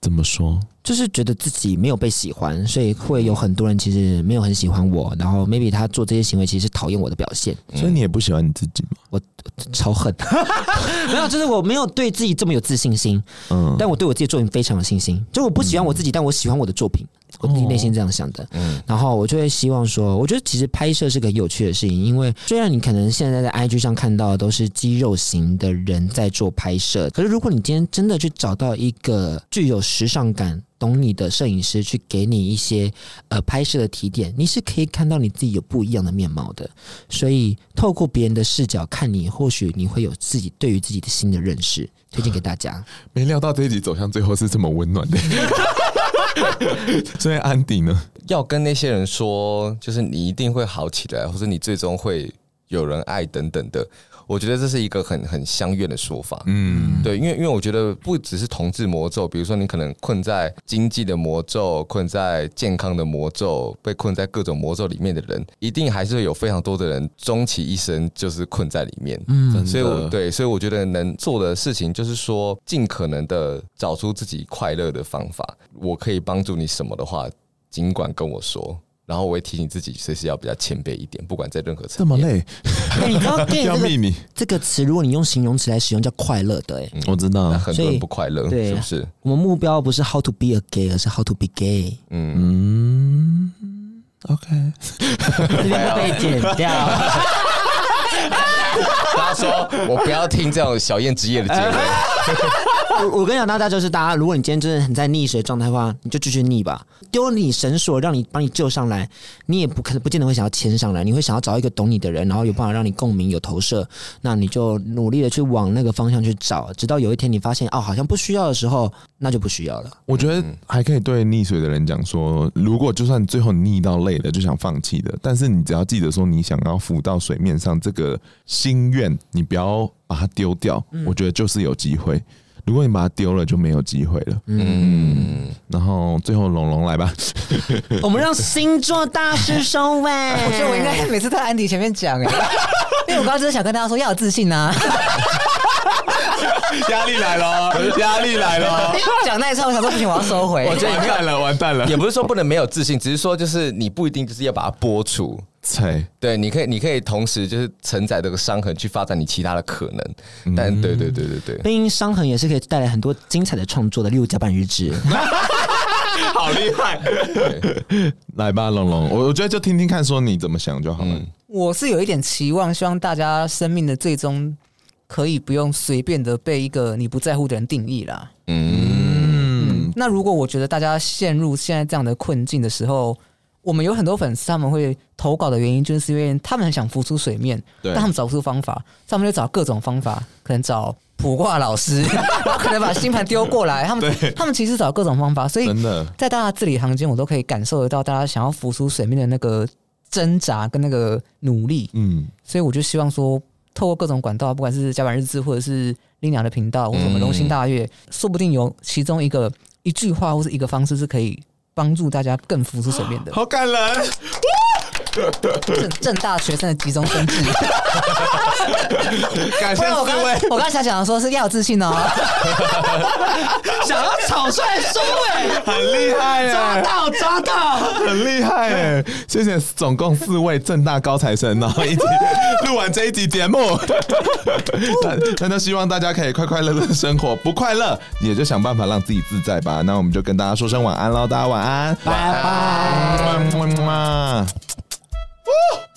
Speaker 3: 怎么说？
Speaker 1: 就是觉得自己没有被喜欢，所以会有很多人其实没有很喜欢我，然后 maybe 他做这些行为其实是讨厌我的表现，
Speaker 3: 所以你也不喜欢你自己吗？
Speaker 1: 超恨。 没有，就是我没有对自己这么有自信心，
Speaker 3: 嗯，
Speaker 1: 但我对我自己的作品非常有信心。就我不喜欢我自己，但我喜欢我的作品，我自己内心这样想的。
Speaker 2: 嗯
Speaker 1: 然后我就会希望说，我觉得其实拍摄是个有趣的事情，因为虽然你可能现在在 IG 上看到的都是肌肉型的人在做拍摄，可是如果你今天真的去找到一个具有时尚感。懂你的摄影师去给你一些呃拍摄的提点，你是可以看到你自己有不一样的面貌的。所以透过别人的视角看你，或许你会有自己对于自己的新的认识。推荐给大家。
Speaker 3: 没料到这一集走向最后是这么温 暖的。所以安迪呢？
Speaker 2: 要跟那些人说，就是你一定会好起来，或者你最终会有人爱等等的。我觉得这是一个很很相怨的说法。
Speaker 3: 嗯，
Speaker 2: 对，因为因为我觉得不只是同志魔咒，比如说你可能困在经济的魔咒，困在健康的魔咒，被困在各种魔咒里面的人，一定还是会有非常多的人终其一生就是困在里面。
Speaker 1: 嗯
Speaker 2: 所以
Speaker 3: 真
Speaker 2: 我
Speaker 3: 的
Speaker 2: 对，所以我觉得能做的事情就是说，尽可能的找出自己快乐的方法。我可以帮助你什么的话，尽管跟我说。然后我会提醒自己，随时要比较谦卑一点，不管在任何层
Speaker 3: 这么
Speaker 2: 面。
Speaker 3: 累，
Speaker 1: 哎，你知 道 gay
Speaker 3: 要
Speaker 1: 这个
Speaker 3: 命你！
Speaker 1: 这个词，如果你用形容词来使用，叫快乐的、哎，
Speaker 3: 嗯我知道
Speaker 2: 那，很多
Speaker 1: 所以
Speaker 2: 人不快乐，
Speaker 1: 对啊
Speaker 2: 是不是？
Speaker 1: 我们目标不是 how to be a gay，而是 how to be gay。
Speaker 2: 嗯，
Speaker 3: 嗯，OK，啊
Speaker 1: 这边会被剪掉。
Speaker 2: 大家说我不要听这种小燕之夜的结尾。
Speaker 1: 我我跟你讲，大家就是大家，如果你今天真的很在溺水状态的话，你就继续溺吧。丢你绳索，让你帮你救上来，你也不可能不见得会想要牵上来，你会想要找一个懂你的人，然后有办法让你共鸣、有投射，那你就努力的去往那个方向去找，直到有一天你发现哦，好像不需要的时候，那就不需要了。
Speaker 3: 我觉得还可以对溺水的人讲说，如果就算最后你溺到累了，就想放弃的，但是你只要记得说你想要浮到水面上这个心愿，你不要把它丢掉。我觉得就是有机会，如果你把它丢了，就没有机会了。
Speaker 2: 嗯，
Speaker 3: 然后最后龙龙来吧，
Speaker 1: 我们让星座大师收尾。
Speaker 4: 我
Speaker 1: 我
Speaker 4: 觉得我应该每次在安迪前面讲哎、因为我刚刚真的想跟大家说要有自信啊呐、
Speaker 6: 压力来了， 压力来了，
Speaker 4: 讲那一串我想说不行，我要收回。
Speaker 2: 我觉得
Speaker 6: 完蛋了，完蛋了。
Speaker 2: 也不是说不能没有自信，只是说就是你不一定就是要把它剥除。
Speaker 3: 菜
Speaker 2: 对，你可以，你可以同时就是承载这个伤痕，去发展你其他的可能。但对对对对对，
Speaker 1: 冰因伤痕也是可以带来很多精彩的创作的，例如《甲板日志》。
Speaker 6: 好厉害！
Speaker 3: 来吧，龙龙，我我觉得就听听看，说你怎么想就好了。
Speaker 4: 我是有一点期望，希望大家生命的最终可以不用随便的被一个你不在乎的人定义啦。嗯，那如果我觉得大家陷入现在这样的困境的时候，我们有很多粉丝他们会投稿的原因，就是因为他们很想浮出水面，
Speaker 3: 对
Speaker 4: 但他们找不出方法，所以他们就找各种方法，可能找卜卦 老师，然后可能把星盘丢过来，他们他们其实找各种方法，所以
Speaker 3: 真的，
Speaker 4: 在大家字里行间，我都可以感受得到大家想要浮出水面的那个挣扎跟那个努力，
Speaker 3: 嗯，
Speaker 4: 所以我就希望说，透过各种管道，不管是甲板日志，或者是丽娘的频道，或者我们龙兴大悦，说不定有其中一个一句话或是一个方式是可以帮助大家更浮出水面 的。
Speaker 3: 好感人。
Speaker 4: 正正大学生的集中生智，
Speaker 6: 感
Speaker 4: 不
Speaker 6: 谢
Speaker 4: 然我
Speaker 6: 四
Speaker 4: 刚
Speaker 6: 位，
Speaker 4: 我刚才想说是要有自信哦，
Speaker 1: 想要草率收尾，
Speaker 3: 很厉害耶，
Speaker 1: 抓到抓到。
Speaker 3: 很厉害耶！谢谢总共四位正大高材生，然后一起录完这一集节目。但但都希望大家可以快快乐乐地生活，不快乐也就想办法让自己自在吧。那我们就跟大家说声晚安喽，大家晚安，拜拜。